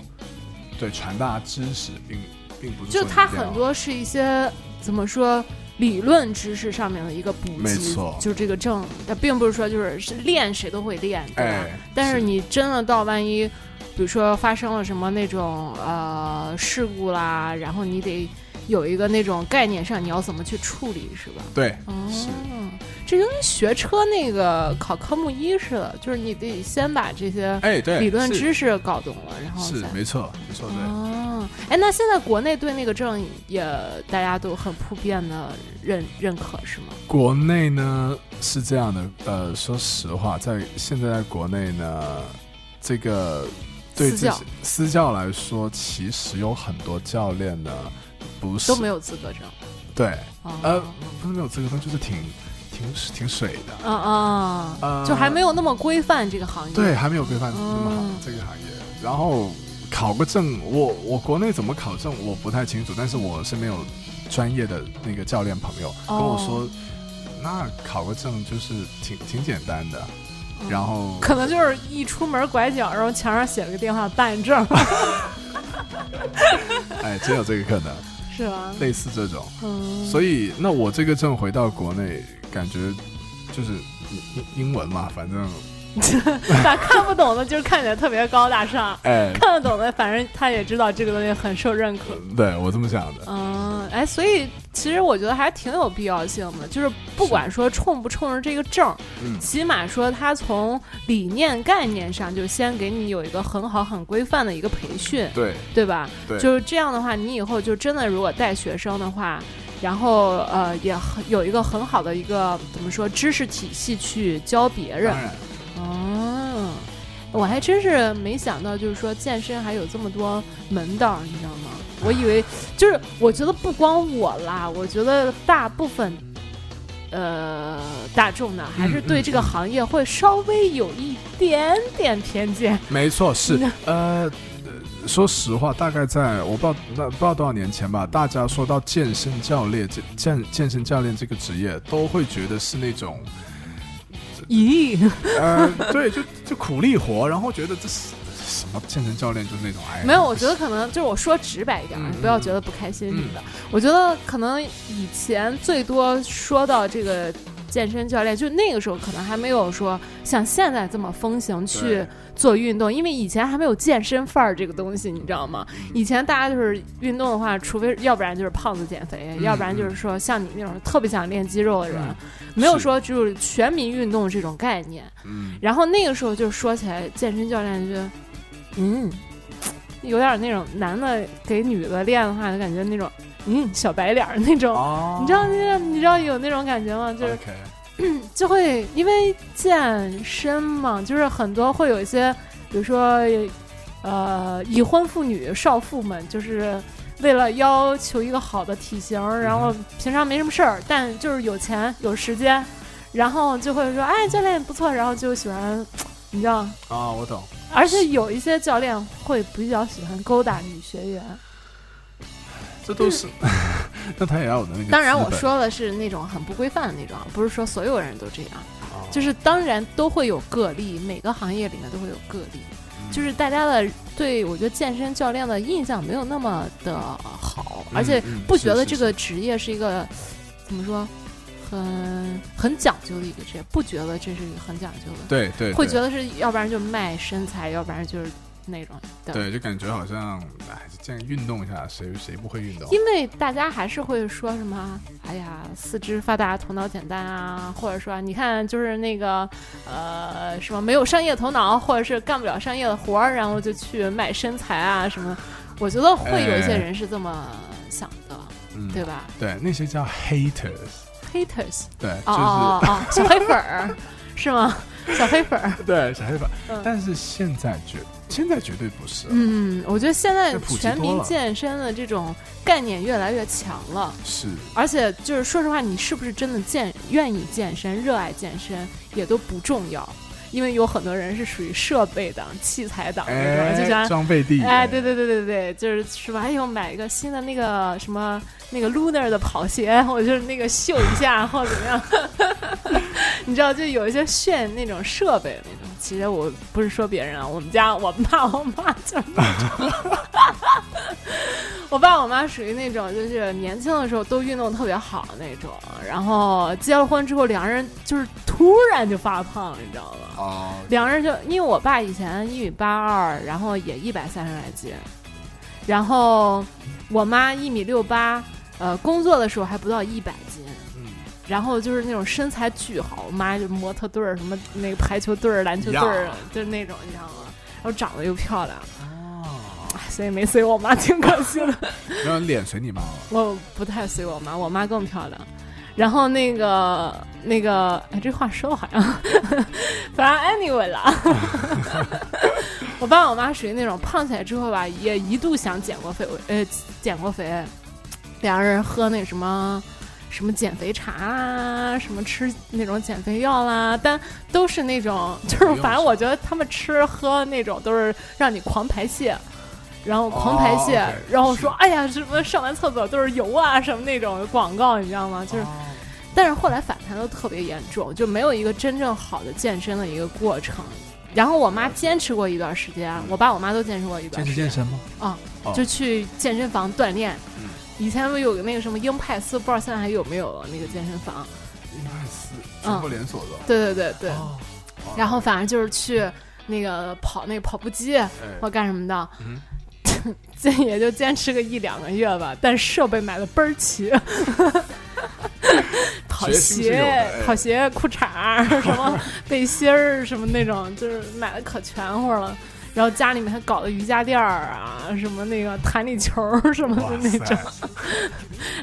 对传达知识，并并不是就说你它一定要很多是一些怎么说理论知识上面的一个补给，没错就这个证，它并不是说就是是练谁都会练，对吧？哎但是是你真的到万一，比如说发生了什么那种呃事故啦，然后你得有一个那种概念上你要怎么去处理，是吧？对，哦是，这就跟学车那个考科目一似的，就是你得先把这些哎对，理论是知识搞懂了，然后是再没错没错对。哦，哎，那现在国内对那个证也大家都很普遍的认认可是吗？国内呢是这样的，呃，说实话，在现在在国内呢，这个对私这教些私教来说，其实有很多教练呢不是都没有资格证。对，哦、呃，不是没有资格证，就是挺挺挺水的，啊啊、呃，就还没有那么规范这个行业。对，还没有规范这么好、嗯这个行业。然后考个证，我我国内怎么考证我不太清楚，但是我身边有专业的那个教练朋友跟我说，哦那考个证就是挺挺简单的，嗯然后可能就是一出门拐角，然后墙上写了个电话办证，哎，真有这个可能， 是吧？类似这种。嗯，所以那我这个证回到国内，感觉就是英英英文嘛，反正把看不懂的，就是看起来特别高大上，，哎看得懂的，反正他也知道这个东西很受认可。 对我这么想的。嗯，嗯，哎，所以其实我觉得还挺有必要性的，就是不管说冲不冲着这个证儿，嗯起码说他从理念概念上就先给你有一个很好很规范的一个培训，对对吧？对就是这样的话，你以后就真的如果带学生的话，然后呃也很有一个很好的一个怎么说知识体系去教别人当。然哦，我还真是没想到，就是说健身还有这么多门道儿，你知道吗？我以为就是我觉得不光我啦，我觉得大部分。呃，大众呢还是对这个行业会稍微有一点点偏见。没错是嗯呃。说实话，大概在我不知道那不知道多少年前吧，大家说到健身教练、健健健身教练这个职业，都会觉得是那种咦，呃，对，就就苦力活，然后觉得这是什么健身教练就是那种哎，没有，我觉得可能就是我说直白一点，啊嗯，不要觉得不开心什嗯么的。我觉得可能以前最多说到这个健身教练，就那个时候可能还没有说像现在这么风行去对做运动，因为以前还没有健身范儿这个东西，你知道吗？嗯以前大家就是运动的话，除非要不然就是胖子减肥，嗯要不然就是说像你那种特别想练肌肉的人，嗯没有是说就是全民运动这种概念。嗯，然后那个时候就说起来，健身教练就觉得，嗯，有点那种男的给女的练的话，就感觉那种，嗯，小白脸儿那种。哦你知道那个你知道有那种感觉吗？就是 OK，就会因为健身嘛，就是很多会有一些，比如说，呃，已婚妇女、少妇们，就是为了要求一个好的体型，然后平常没什么事儿，但就是有钱有时间，然后就会说，哎，教练不错，然后就喜欢，你知道，啊，我 懂，而且有一些教练会比较喜欢勾搭女学员。这都是， 那他也要有那个资本。当然，我说的是那种很不规范的那种，不是说所有人都这样。哦，就是当然都会有个例，每个行业里面都会有个例。嗯就是大家的对我觉得健身教练的印象没有那么的好，嗯而且嗯不是觉得是这是个职业是一个怎么说，很很讲究的一个职业，不觉得这是一个很讲究的，对对，会对觉得是要不然就卖身材，要不然就是那种的。对，就感觉好像哎，这样运动一下，谁谁不会运动？因为大家还是会说什么，哎呀，四肢发达，头脑简单啊，或者说你看就是那个呃什么没有商业头脑，或者是干不了商业的活儿，然后就去卖身材啊什么。我觉得会有一些人是这么想的，嗯，对吧对，那些叫 haters， ？Haters，对，就是、哦哦哦，小黑粉儿是吗？小黑粉儿， 对小黑粉、嗯但是现在绝现在绝对不是，嗯，我觉得现在这普及全多民了健身的这种概念越来越强了。是而且就是说实话，你是不是真的健愿意健身、热爱健身也都不重要，因为有很多人是属于设备党、器材党那种，就哎，像。装备第一，哎，对对对对对，就是是吧？哎呦，买一个新的那个什么那个 Lunar 的跑鞋， 我就是那个秀一下或者怎么样， 你知道，就有一些炫那种设备那种。其实我不是说别人啊，我们家我爸我妈就是那种， 我爸我妈属于那种就是年轻的时候都运动特别好那种，然后结了婚之后两人就是突然就发胖了，你知道吗？哦，两人就因为我爸以前一米八二，然后也一百三十来斤，然后我妈一米六八，呃，工作的时候还不到一百斤，嗯，然后就是那种身材巨好，我妈就模特队儿什么那个排球队儿、篮球队儿呀，就是那种你知道吗？然后长得又漂亮，哦，哎所以没随我妈，挺可惜的。然后脸随你啊妈了，我不太随我妈，我妈更漂亮。然后那个那个，哎，这话说的好像， 反正 anyway 啦。 我爸我妈属于那种胖起来之后吧，也一度想减过肥，呃，减过肥，两人喝那什么。什么减肥茶啊，什么吃那种减肥药啦，但都是那种， 就是反正我觉得他们吃喝那种都是让你狂排泄，然后狂排泄，哦，OK，然后说是哎呀什么上完厕所都是油啊什么那种广告，你知道吗？就是，哦但是后来反弹都特别严重，就没有一个真正好的健身的一个过程。然后我妈坚持过一段时间，啊我爸我妈都坚持过一段哦嗯坚时持间健，身吗？哦就去健身房锻炼。嗯以前不有个那个什么英派斯，不知道现在还有没有啊那个健身房？应该是嗯全国连锁的，对对对对。哦然后反正就是去那个跑那个跑步机哎或干什么的。嗯 这也就坚持个一两个月吧，但设备买的倍儿齐， 跑决心是有的鞋哎、跑鞋、裤衩儿、 什么背心儿、什么那种，就是买的可全乎了。然后家里面还搞的瑜伽垫儿啊，什么那个弹力球儿什么的哇那种 塞，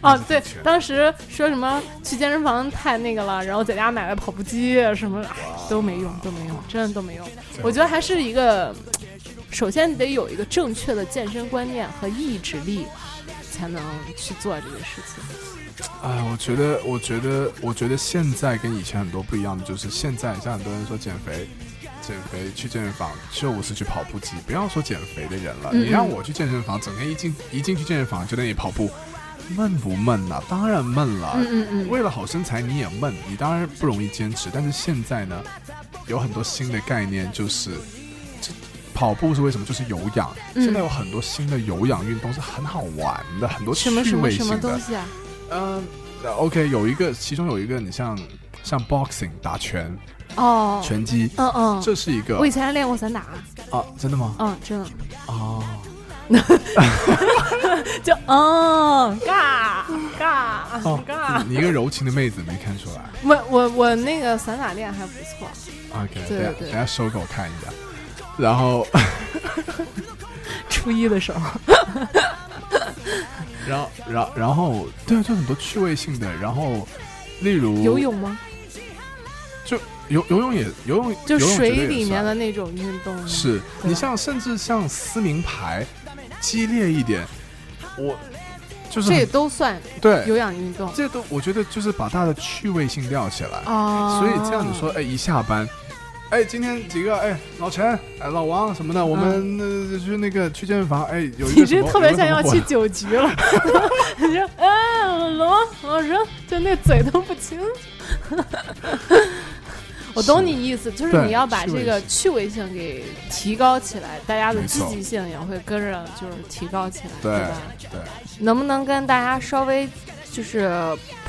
啊，对全，当时说什么去健身房太那个了，然后在家买了跑步机什么的，哎都没用，都没用，真的都没用。我觉得还是一个，首先得有一个正确的健身观念和意志力，才能去做这个事情。哎，我觉得，我觉得，我觉得现在跟以前很多不一样的就是，现在像很多人说减肥，减肥去健身房，就是去跑步机。不要说减肥的人了，嗯你让我去健身房，整天一进一进去健身房就在那里跑步，闷不闷呐、当然闷了。嗯嗯为了好身材你也闷，你当然不容易坚持。但是现在呢，有很多新的概念，就是这跑步是为什么？就是有氧。嗯现在有很多新的有氧运动是很好玩的，很多嗯，趣什么什么味什性么的东。西啊？嗯、那 o k 有一个，其中有一个，你像像 boxing 打拳、哦，拳击，嗯嗯，这是一个我以前还练过散打，啊，真的吗？嗯，真的，哦，就嗯，尬尬哦尬。你一个柔情的妹子没看出来我我我那个散打练还不错， ，OK，对等下对等下收给我看一下，然后初一的时候。然后然后然后对啊，就很多趣味性的，然后例如游泳吗？就游游泳也游泳，就游泳绝对水也里面算的那种运动吗？是对你吧像甚至像撕名牌，激烈一点，我就是这也很哎都算对有氧运动这都我觉得就是把大家的趣味性吊起来。啊。所以这样你说，哎，一下班，哎，今天几个哎，老陈、哎老王什么的，我们、呃去那个去健身房，哎，有一你个什这么特别像要。有去一个什么活酒局了，你说，哎，老老师，就那嘴都不清楚。我懂你意思，就是对你要把趣味这个性趣味性给提高起来，大家的没积错极性也会跟着就是提高起来，对吧？对，能不能跟大家稍微就是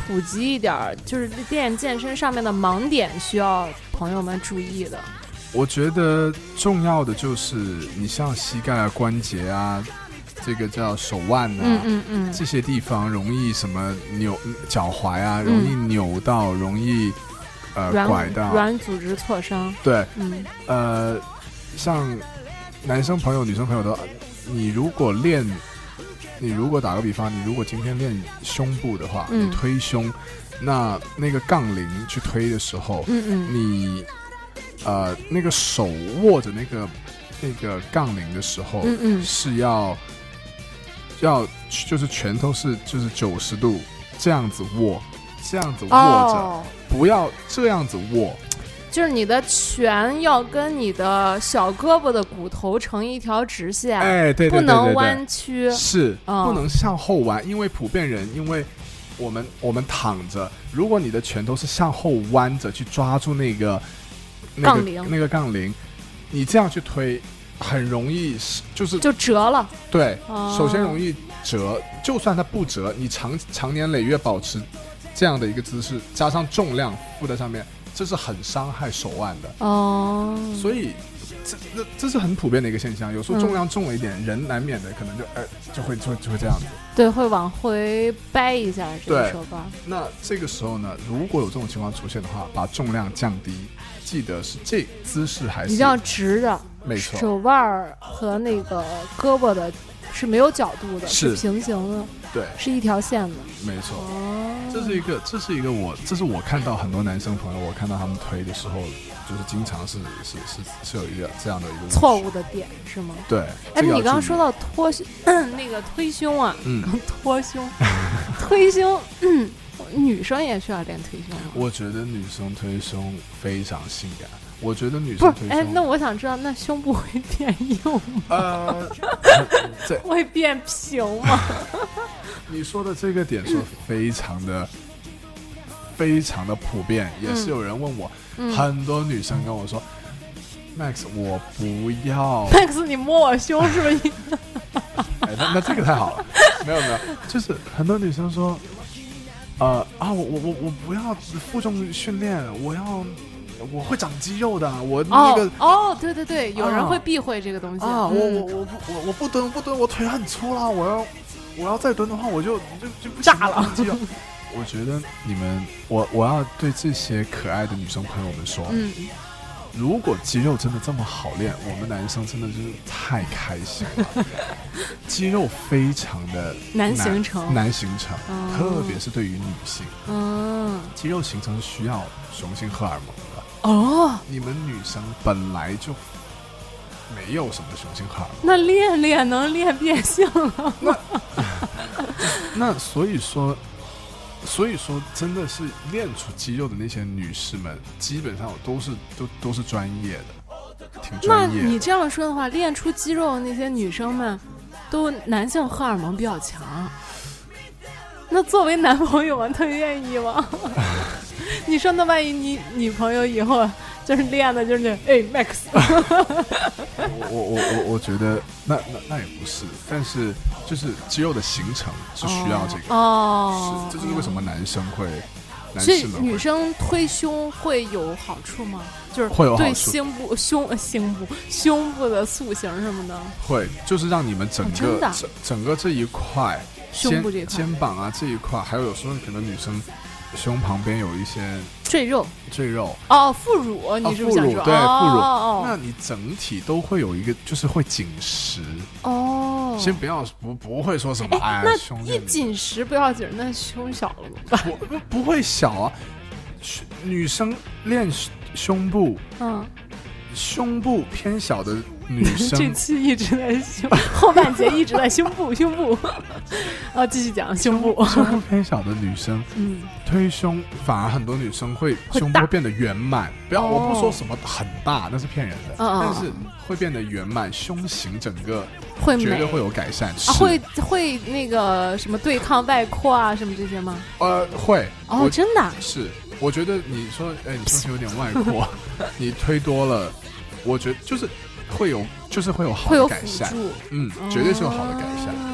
普及一点儿，就是练健身上面的盲点需要朋友们注意的？我觉得重要的就是你像膝盖啊、关节啊，这个叫手腕啊。嗯嗯嗯，这些地方容易什么扭脚踝啊，容易扭到，容易呃嗯软拐到，软组织挫伤，对，嗯呃，像男生朋友、女生朋友的，你如果练，你如果打个比方，你如果今天练胸部的话，嗯你推胸，那那个杠铃去推的时候，嗯嗯，你呃那个手握着那个那个杠铃的时候，嗯嗯是要要就是拳头是就是九十度这样子握，这样子握着，哦，不要这样子握。就是你的拳要跟你的小胳膊的骨头成一条直线，哎，对对对对对，啊不能弯曲。是、嗯不能向后弯，因为普遍人因为。我们我们躺着，如果你的拳头是向后弯着去抓住那个那个杠铃那个杠铃，你这样去推，很容易是就是就折了，对，哦首先容易折，就算它不折，你长长年累月保持这样的一个姿势，加上重量负在上面，这是很伤害手腕的。哦，所以这这这是很普遍的一个现象。有嗯时候重量重了一点，人难免的可能就哎就会就会就会这样子。对，会往回掰一下这个对手腕。那这个时候呢，如果有这种情况出现的话，把重量降低，记得是这姿势还一定是要直着，没错手腕儿和那个胳膊的是没有角度的，是是平行的，对，是一条线的。没错。哦，这是一个，这是一个我，这是我看到很多男生朋友，我看到他们推的时候，就是经常是是是是有一个这样的一个误区错误。的点是吗？对，哎，这个要你刚刚注意说，到托胸 那个推胸啊，嗯，托 胸，推胸，嗯女生也需要练推胸啊吗？我觉得女生推胸非常性感，我觉得女不生是，推哎，胸，那我想知道，那胸部会变硬 吗？呃，这会变平吗？你说的这个点是非常的。非常的普遍，也是有人问我，很多女生跟我说、m a x 我不要 Max，你摸我胸是不 是硬？哎，那那这个太好了，没有没有，就是很多女生说，呃啊，我我我我不要负重训练，我要我会长肌肉的，我那个哦哦，对对对，有人啊会避讳这个东西啊，我嗯我我不我我不蹲我不蹲，我腿很粗啦，我要我要再蹲的话，我就就就不行炸了长肌 肉我觉得你们，我我要对这些可爱的女生朋友们说，嗯，如果肌肉真的这么好练，我们男生真的就是太开心 了。肌肉非常的难形成难形成，哦特别是对于女性，嗯，肌肉形成是需要雄性荷尔蒙的。哦，你们女生本来就没有什么雄性荷尔蒙， 那练练能练变性了， 那所以说，所以说真的是练出肌肉的那些女士们，基本上都是都都是专业的，挺那专业的。你这样说的话，练出肌肉的那些女生们，都男性荷尔蒙比较强。那作为男朋友们，他愿意 吗？你说，那万一你女朋友以后就是练的，就是哎 Max，我我我我我觉得那那那也不是，但是就是肌肉的形成是需要这个，哦，是这就是为什么男生会，男所以士们女会生推胸会有好处吗？就是会有好对处胸部、胸、呃胸部、胸部的塑形什么的。会就是让你们整哦真个、的啊整整个这一块胸肩部这一块肩膀啊这一块，还有有时候可能女生胸旁边有一些赘肉赘肉，哦，副乳，你是不是想说？副乳对副乳那哦你整体都会有一个就是会紧实。哦哦，先不要不不会说什么哎哎，那胸一垫紧实不要紧，那胸小了怎么办？不不不会小啊，胸女生练胸胸部。嗯，胸部偏小的女这 生，期一直在胸， 后半截一直在胸部，胸 部。啊，继续讲胸部。胸部偏小的女生嗯，推胸，反而很多女生会会胸部大会变得圆满。不要，哦我不说什么很大，那是骗人的，嗯嗯但是会变得圆满，胸型整个会绝美对会有改善。啊，是会会那个什么对抗外扩啊，什么这些吗？呃会哦，我真的啊。是，我觉得你说，哎，你胸型有点外 扩，你推多了，我觉得就是会有，就是会有好会有的辅改善，助，嗯，绝对是有好的改善。哦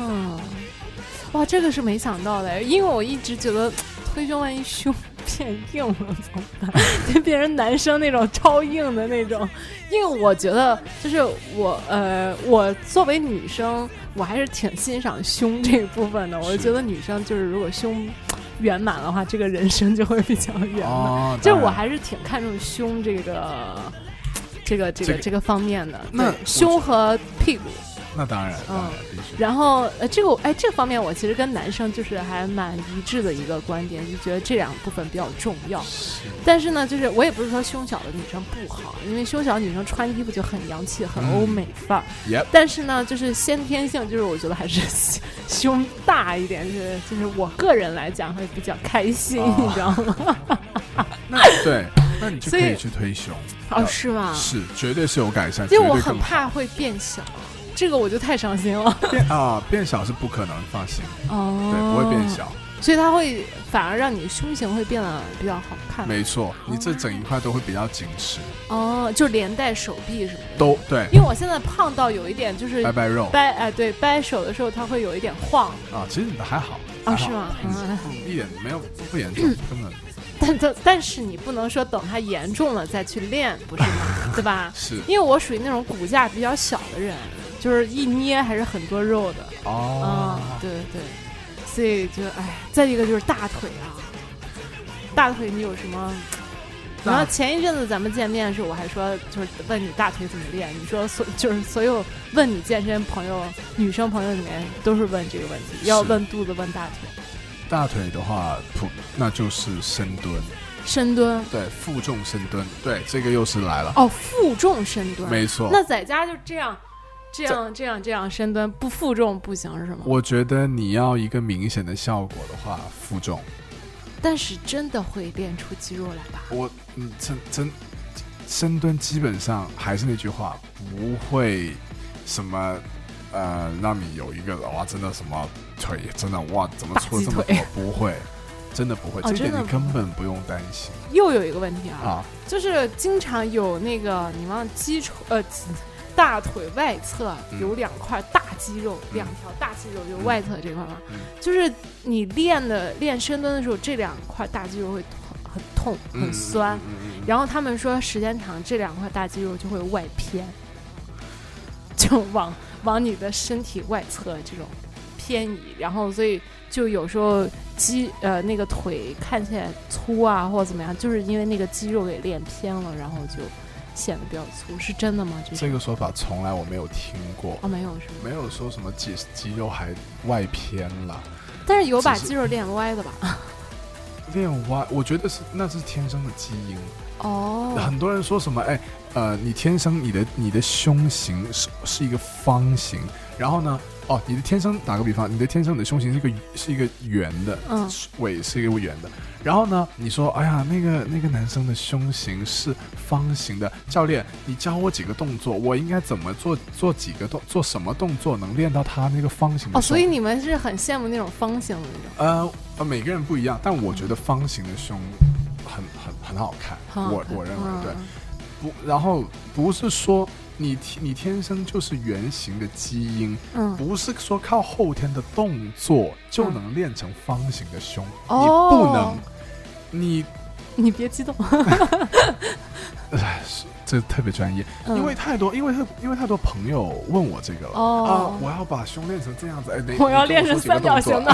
哇，这个是没想到的，因为我一直觉得推胸万一胸变硬了怎么办？就变成男生那种超硬的那种，因为我觉得就是我呃，我作为女生，我还是挺欣赏胸这一部分的。我是觉得女生就是如果胸圆满的话，这个人生就会比较圆满。 哦，就是我当然还是挺看重胸这个。这个这这个个这个方面的，那对我胸和屁股，那当然，当然嗯必须。然后呃，这个我哎，这方面我其实跟男生就是还蛮一致的一个观点，就觉得这两部分比较重要。是但是呢，就是我也不是说胸小的女生不好，因为胸小的女生穿衣服就很洋气、很欧美范儿。 Yep 但是呢，就是先天性，就是我觉得还是胸大一点，就是就是我个人来讲会比较开 心，哦你知道吗？那 对，那你就可所以以去推胸， 哦，是吗？是绝对是有改善，因为绝我对很更怕会变小，这个我就太伤心 了。变啊变小是不可能，放心，哦对，不会变，小，所以它会反而让你胸型会变得比较好看。没错，你这整一块都会比较紧实，哦，就连带手臂什么的。都对，因为我现在胖到有一点就是拜拜肉掰哎，对，掰手的时候它会有一点晃， 啊，其实你的还好，哦还好是吗嗯嗯，不一点没有不不严 重，根本但但但是你不能说等它严重了再去练，不是吗？对吧？是因为我属于那种骨架比较小的人，就是一捏还是很多肉的。哦嗯，，对对，所以就哎，再一个就是大腿啊，大腿你有什么？然后大前一阵子咱们见面的时候，我还说就是问你大腿怎么练，你说所就是所有问你健身朋友、女生朋友里面都是问这个问题，是要问肚子、问大腿、大腿的话，普那就是深蹲，深蹲对，负重深蹲，对，这个又是来了，哦，负重深蹲。没错，那在家就这样，这样这样这样深蹲，不负重不行是吗？我觉得你要一个明显的效果的话，负重。但是真的会练出肌肉来吧？我嗯，真真深蹲基本上还是那句话，不会什么呃，让你有一个哇，真的什么腿真的哇，怎么大粗鸡这么腿多？不会，真的不会，哦这真点的你根本不用担心又有一个问题啊。就是经常有那个你往基础呃 大腿外侧嗯有两块大肌肉，嗯两条大肌肉就是外侧这块嘛，嗯就是你练的练深蹲的时候，这两块大肌肉会很很痛、嗯很酸。然后他们说，时间长，这两块大肌肉就会外偏， 就往往你的身体外侧这种偏移。然后，所以就有时候肌呃那个腿看起来粗啊，或者怎么样，就是因为那个肌肉给练偏了，然后就显得比较粗。是真的吗？这这是个说法从来我没有听过，哦，没有是吗？没有说什么肌肌肉还外偏了，但是有把只是肌肉练歪的吧？练歪，我觉得是那是天生的基因。哦， 很多人说什么，哎，呃，你天生你的你的胸型是是一个方形，然后呢，哦，你的天生打个比方，你的天生你的胸型是一个是一个圆的，嗯，尾是一个圆的，然后呢，你说，哎呀，那个那个男生的胸型是方形的，教练，你教我几个动作，我应该怎么做做几个动做什么动作能练到他那个方形的哦，胸？所以你们是很羡慕那种方形的那种。呃呃，每个人不一样，但我觉得方形的胸很很很好看，很好我看我认为嗯对。不，然后不是说你天你天生就是圆形的基因，嗯， 不是说靠后天的动作就嗯能练成方形的胸，哦你不能，你你别激动，唉是这特别专业，嗯因为太多，因为太因为太多朋友问我这个了、哦啊，我要把胸练成这样子，哎，你我要你跟练成说几个三角动作形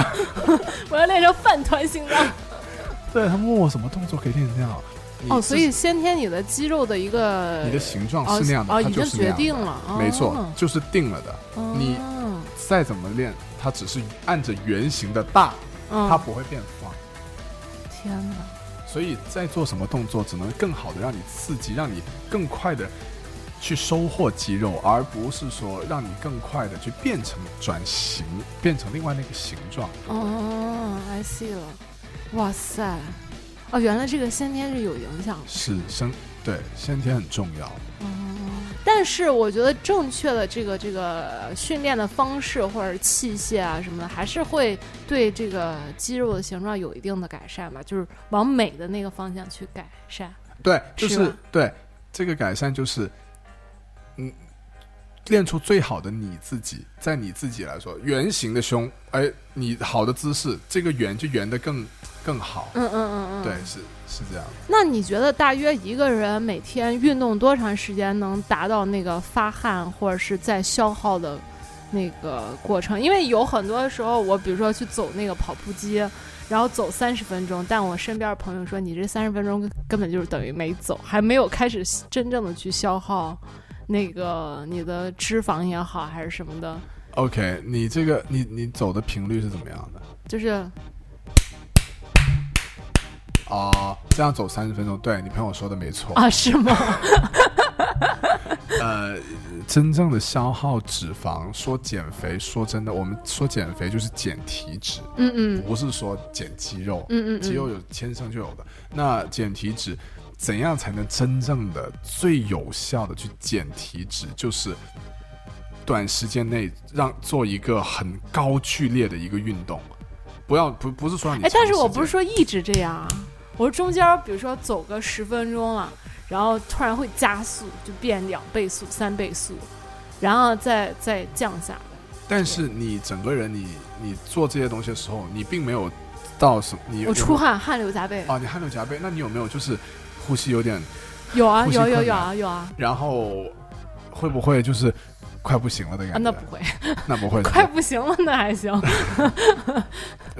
的， 我要练成饭团型的。 对他们问我什么动作可以练成这样，你哦，就所是以先天你的肌肉的一个你的形状哦是那样的，哦，它已就经是那决样的定了，没错哦，就是定了的。你哦再怎么练，它只是按着圆形的大，嗯，它不会变方。天哪，所以在做什么动作，只能更好的让你刺激，让你更快的去收获肌肉，而不是说让你更快的去变成转型，变成另外那个形状。哦，I see 了，哇塞，哦，原来这个先天是有影响的。是生对先天很重要。但是我觉得正确的这个这个训练的方式或者器械啊什么的，还是会对这个肌肉的形状有一定的改善吧，就是往美的那个方向去改善。对，就是是吧对这个改善就是，嗯，练出最好的你自己，在你自己来说，圆形的胸，哎，你好的姿势，这个圆就圆的更更好。嗯嗯嗯嗯，对，。是是这样。那你觉得大约一个人每天运动多长时间能达到那个发汗或者是在消耗的那个过程？因为有很多时候，我比如说去走那个跑步机，然后走三十分钟，但我身边朋友说你这三十分钟根本就是等于没走，还没有开始真正的去消耗那个你的脂肪也好还是什么的， OK，你这个你你走的频率是怎么样的？就是啊、这样走三十分钟，对你朋友说的没错。啊是吗？ 呃，真正的消耗脂肪，说减肥，说真的，我们说减肥就是减体脂，嗯嗯不是说减肌肉。嗯嗯肌肉嗯，有天生就有的。那减体脂，怎样才能真正的最有效的去减体脂？就是短时间内让做一个很高剧烈的一个运动，不要不不是说让你哎，但是我长时间不是说一直这样啊，我是中间儿比如说走个十分钟了，然后突然会加速，就变两倍速、三倍速，然后再再降下来。但是你整个人你你做这些东西的时候，你并没有到什么，你有我出汗，汗流浃背。啊，你汗流浃背，那你有没有就是呼吸有点，有啊，呼吸有有困有啊，有啊。然后会不会就是快不行了的啊，感觉？那不会，那 不会，快不行了，那还 行。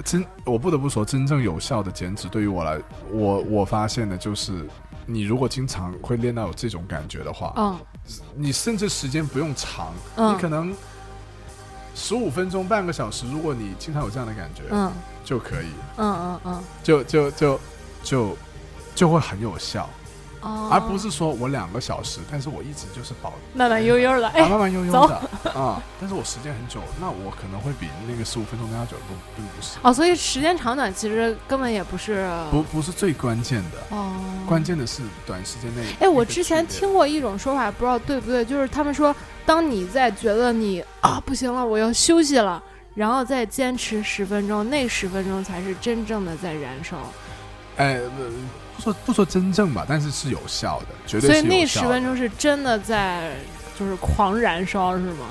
真，我不得不说，真正有效的减脂对于我来，我我发现的就是，你如果经常会练到有这种感觉的话，嗯，你甚至时间不用长，嗯你可能十五分钟、半个小时，如果你经常有这样的感觉，嗯，就可以，嗯嗯嗯。就就就就就会很有效，哦，而不是说我两个小时，但是我一直就是保慢慢悠悠的。啊哎，慢慢悠悠的啊、但是我时间很久，那我可能会比那个十五分钟更加久，不并不是，哦，所以时间长短其实根本也不是不不是最关键的。哦，关键的是短时间内。哎，我之前，听过一种说法，不知道对不对，就是他们说，当你在觉得你啊不行了，我要休息了，然后再坚持十分钟，那十分钟才是真正的在燃烧。哎，不不说不说真正吧，但是是有效的，绝对所是以有效那十的。分钟是真的在就是狂燃烧，是吗？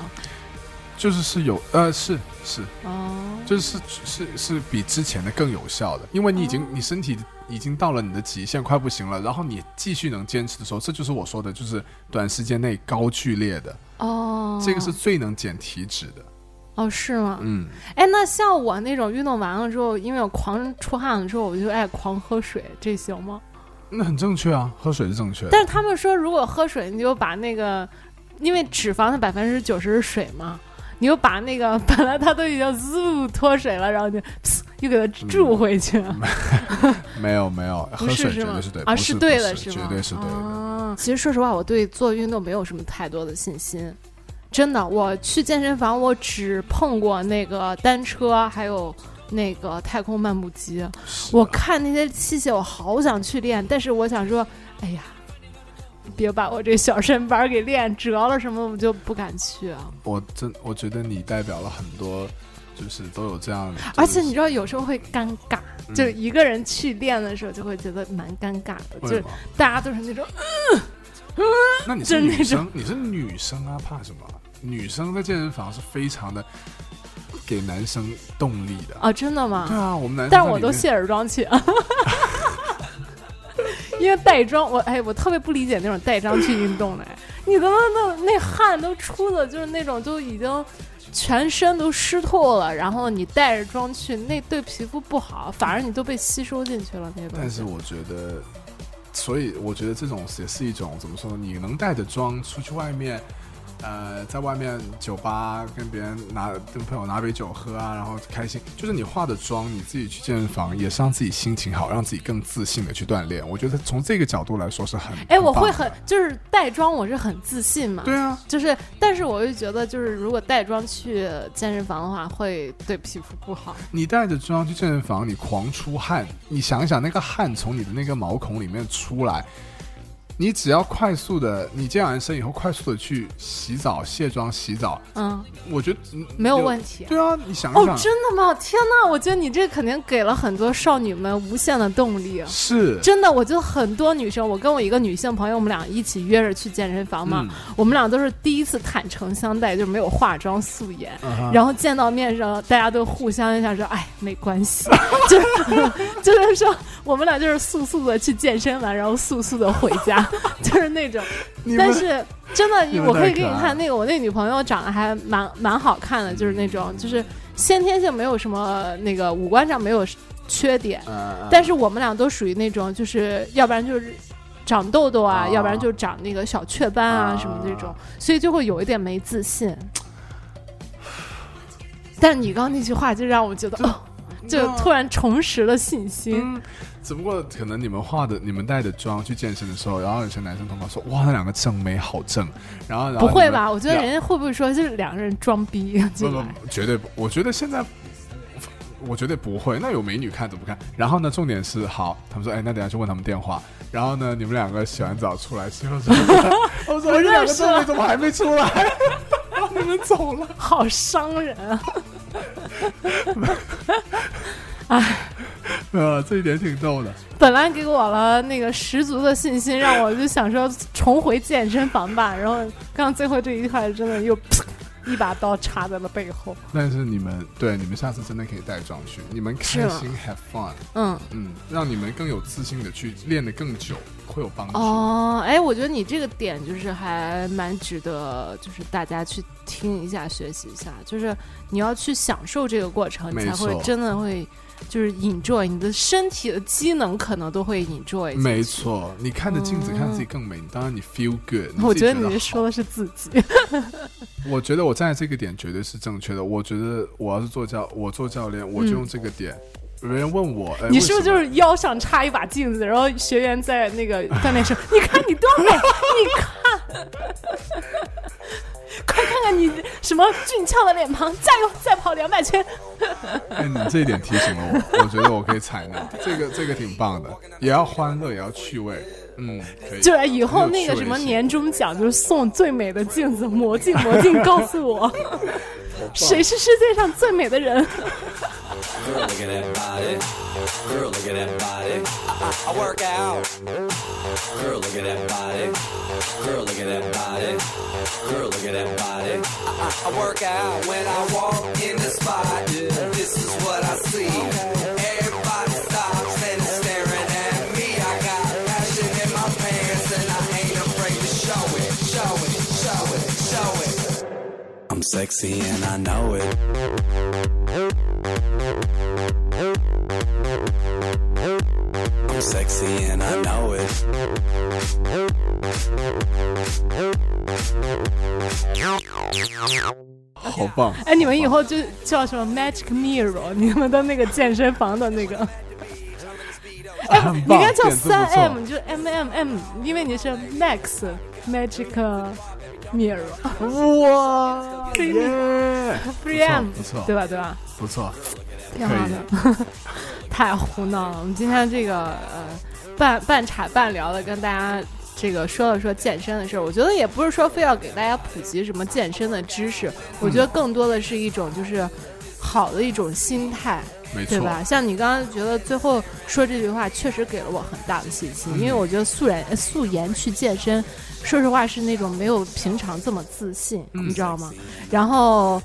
就是是有呃是是哦，就是是是是比之前的更有效的，因为你已经、哦你身体已经到了你的极限，快不行了，然后你继续能坚持的时候，这就是我说的，就是短时间内高剧烈的，哦，这个是最能减体脂的。哦是吗？嗯，哎，那像我那种运动完了之后，因为我狂出汗了之后，我就爱狂喝水，这行吗？那很正确啊，喝水是正确的但。是他们说，如果喝水，你就把那个，因为脂肪的百分之九十是水嘛，你就把那个本来它都已经滋脱水了，然后就噗又给它注回去，没有没有，不嗯喝是水是绝吗对是对，？啊，不是对不的，是吗？绝对是对的。啊。其实说实话，我对做运动没有什么太多的信心。真的，我去健身房，我只碰过那个单车，还有那个太空漫步机。是啊的我看那些器械，我好想去练，但是我想说，哎呀，别把我这小身板儿给练折了什么，我就不敢去啊。我真我觉得你代表了很多，就是都有这样的。而且就你是知道，有时候会尴尬，嗯就一个人去练的时候，就会觉得蛮尴尬的，就为什是么？大家都是那种那你就是是那女生，你是女生啊，怕什么？女生在健身房是非常的给男生动力的。啊，真的吗？对啊，我们男生在但里面，是我都卸着妆去，啊 因为带妆，我哎，我特别不理解那种带妆去运动的，哎你他妈那那汗都出的，就是那种就已经全身都湿透了，然后你带着妆去，那对皮肤不好，反而你都被吸收进去了那种。但是我觉得，所以我觉得这种也是一种怎么说呢？你能带着妆出去外面，呃，在外面酒吧跟别人拿跟朋友拿杯酒喝啊，然后开心，就是你化的妆，你自己去健身房也是让自己心情好，让自己更自信的去锻炼。我觉得从这个角度来说是很哎，我会棒很的就是带妆，我是很自信嘛。对啊，就是，但是我就觉得，就是如果带妆去健身房的话，会对皮肤不好。你带着妆去健身房，你狂出汗，你想一想那个汗从你的那个毛孔里面出来，你只要快速的，你健完身以后快速的去洗澡、卸妆、洗澡，嗯，我觉得嗯没有问题。对啊，你想一哦想，，真的吗？天呐，我觉得你这肯定给了很多少女们无限的动力。是嗯真的，我觉得很多女生，我跟我一个女性朋友，我们俩一起约着去健身房嘛，嗯我们俩都是第一次坦诚相待，就没有化妆素颜。嗯哼然后见到面上，大家都互相一下说：“哎，没关系。” 就是就是说，我们俩就是速速的去健身完，然后速速的回家， 就是那种。你们但是真你的，们我太可以给你可爱看那个，我那女朋友长得还蛮蛮好看的，就是那种就是先天性没有什么那个五官上没有缺点，呃但是我们俩都属于那种就是要不然就是。长痘痘啊，啊要不然就长那个小雀斑啊，啊什么这种，所以就会有一点没自信。但是你刚刚那句话就让我觉得，哦，就突然重拾了信心。嗯，只不过可能你们化的、你们带的妆去健身的时候，然后有些男生同胞说：“哇，那两个正妹好正。”然后，然不后会你们吧？我觉得然人家会不会说就是两个人装逼进不来？不，绝对不。我觉得现在，我觉得不会。那有美女看怎么看？然后呢，重点是好，他们说，哎，那等下去问他们电话。然后呢，你们两个洗完澡出来之后说， 我说我哎你两认个识正了妹怎么还没出来？ 你们走了。 好伤人啊！呃，这一点挺逗的。本来给我了那个十足的信心，让我就想说重回健身房吧。然后刚最后这一块真的又 一把刀插在了背后。但是你们对你们下次真的可以带妆去，你们开啊心 have fun，嗯，嗯，让你们更有自信的去练得更久，会有帮助。哦，哎，我觉得你这个点就是还蛮值得，就是大家去听一下、学习一下。就是你要去享受这个过程，没你才会错真的会就是 enjoy 你的身体的机能，可能都会 enjoy 进去。没错，你看着镜子看自己更美，你当然你 feel good 你自己好。我觉得你说的是自己。我觉得我站在这个点绝对是正确的。我觉得我要是做教，我做教练，我就用这个点。有人问我，哎，你是不是就为什么是腰上插一把镜子，然后学员在那个 锻炼室，你看你多美， 你看，快看看你什么俊俏的脸庞，加油，再跑两百圈。哎，你这一点提醒了我，我 觉得我可以采纳这个，这个挺棒的，也要欢乐，也要趣味，嗯，可以。就是以后那个什么年终奖，就是送最美的镜子，魔镜魔镜，告诉我谁是世界上最美的人。 Girl, look at that body. Girl, look at that body. I, I, I work out. Girl, look at that body. Girl, look at that body. Girl, look at that body. I, I, I work out when I walk in the spot. Yeah, this is what I see. Everybody stops and is staring at me. I got passion in my pants and I ain't afraid to show it, show it, show it, show it. I'm sexy and I know it. I'm sexy and I know it. 好棒！哎，你们以后就叫什么 Magic Mirror，你 们的那个健身房的那个，哎，你你应该叫三 M，你就 M M M，因为你是 Max Magic Mirror 哇， Three 耶， Three M，不错，对吧？对吧？不错，挺好的，太胡闹了。我们今天这个呃半半扯半聊的跟大家。这个说了说健身的事儿，我觉得也不是说非要给大家普及什么健身的知识，我嗯觉得更多的是一种就是好的一种心态，没对错，吧？像你刚刚觉得最后说这句话，确实给了我很大的信心，因为嗯我觉得素颜呃素颜去健身，说实话是那种没有平常这么自信，嗯你知道吗？然后，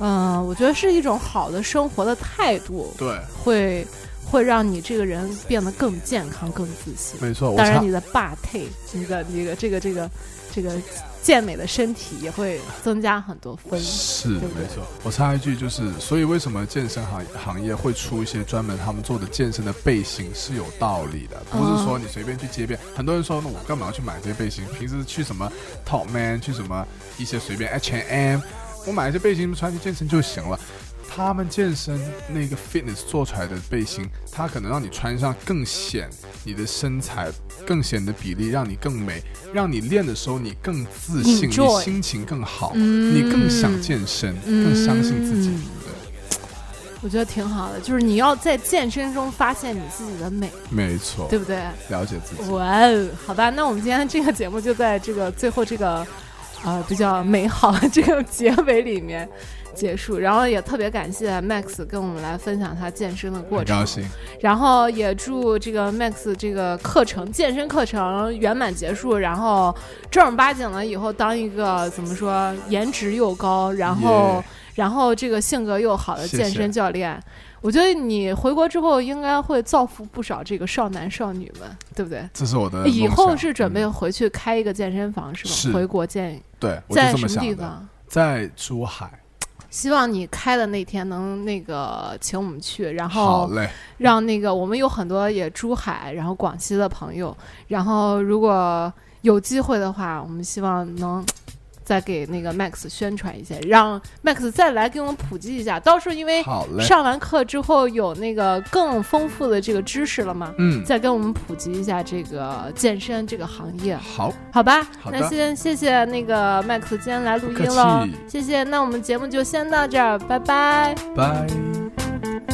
嗯、我觉得是一种好的生活的态度，对，会会让你这个人变得更健康、更自信。没错，我当然，差你的霸配，你的你的这个这个这个健美的身体也会增加很多分。是对不对没错。我插一句，就是所以为什么健身行行业会出一些专门他们做的健身的背心是有道理的，不是哦说你随便去街边。很多人说，那我干嘛要去买这些背心？平时去什么 Top Man，去什么一些随便 H&M，我买一些背心穿去健身就行了。他们健身那个 fitness 做出来的背心，它可能让你穿上更显你的身材，更显你的比例，让你更美，让你练的时候你更自信，你 Enjoy 心情更好，嗯你更想健身，更相信自己。对，我觉得挺好的，就是你要在健身中发现你自己的美，没错，对不对？了解自己。哇哦，好吧，那我们今天这个节目就在这个最后这个，呃，比较美好的这个结尾里面结束。然后也特别感谢 Max 跟我们来分享他健身的过很高程，兴，然后也祝这个 Max 这个课程健身课程圆满结束，然后正儿八经的以后当一个怎么说，颜值又高，然后 Yeah 然后这个性格又好的谢健身谢教练。我觉得你回国之后应该会造福不少这个少男少女们，对不对？这是我的梦想。以后是准备嗯回去开一个健身房是吧？呃是回国建，对，我就在这什么么地想的，方？在珠海。希望你开的那天能那个请我们去，然好后嘞，让那个我们有很多也珠海，然后广西的朋友，然后如果有机会的话，我们希望能再给那个 Max 宣传一下，让 Max 再来给我们普及一下。到时候因为好嘞，哎上完课之后有那个更丰富的这个知识了嘛，嗯，再跟我们普及一下这个健身这个行业。好，好吧，好的那先谢谢那个 Max 今天来录不客音气喽，谢谢。那我们节目就先到这儿，拜拜。拜。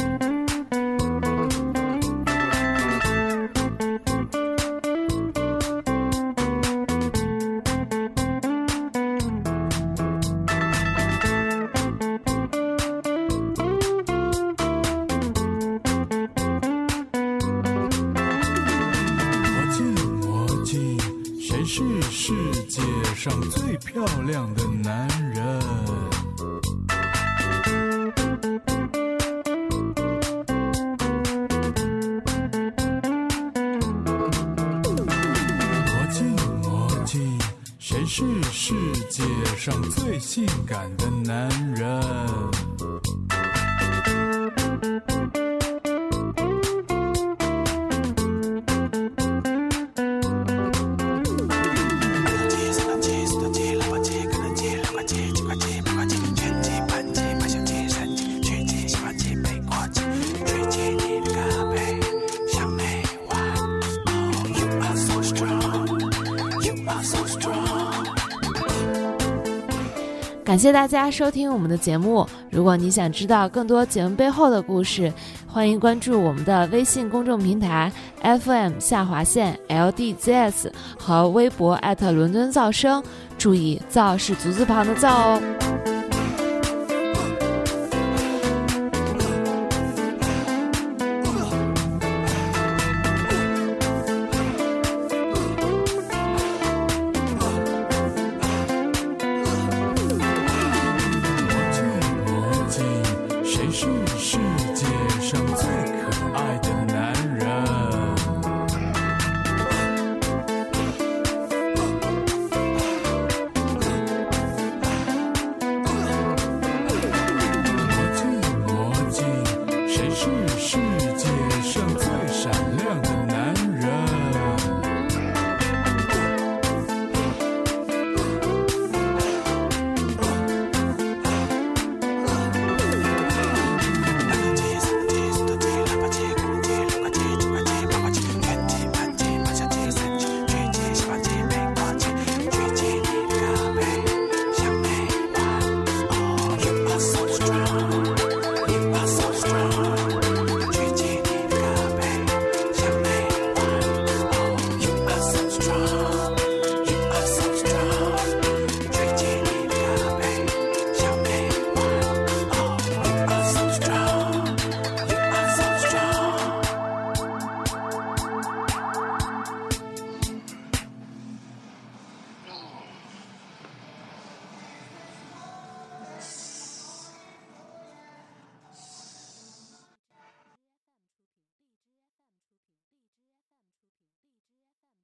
魔镜，魔镜，谁是世界上最漂亮的男人？魔镜，魔镜，谁是世界上最性感的男人？感谢大家收听我们的节目。如果你想知道更多节目背后的故事，欢迎关注我们的微信公众平台 FM 下划线 LDZS 和微博伦敦噪声。注意，噪是足字旁的噪哦。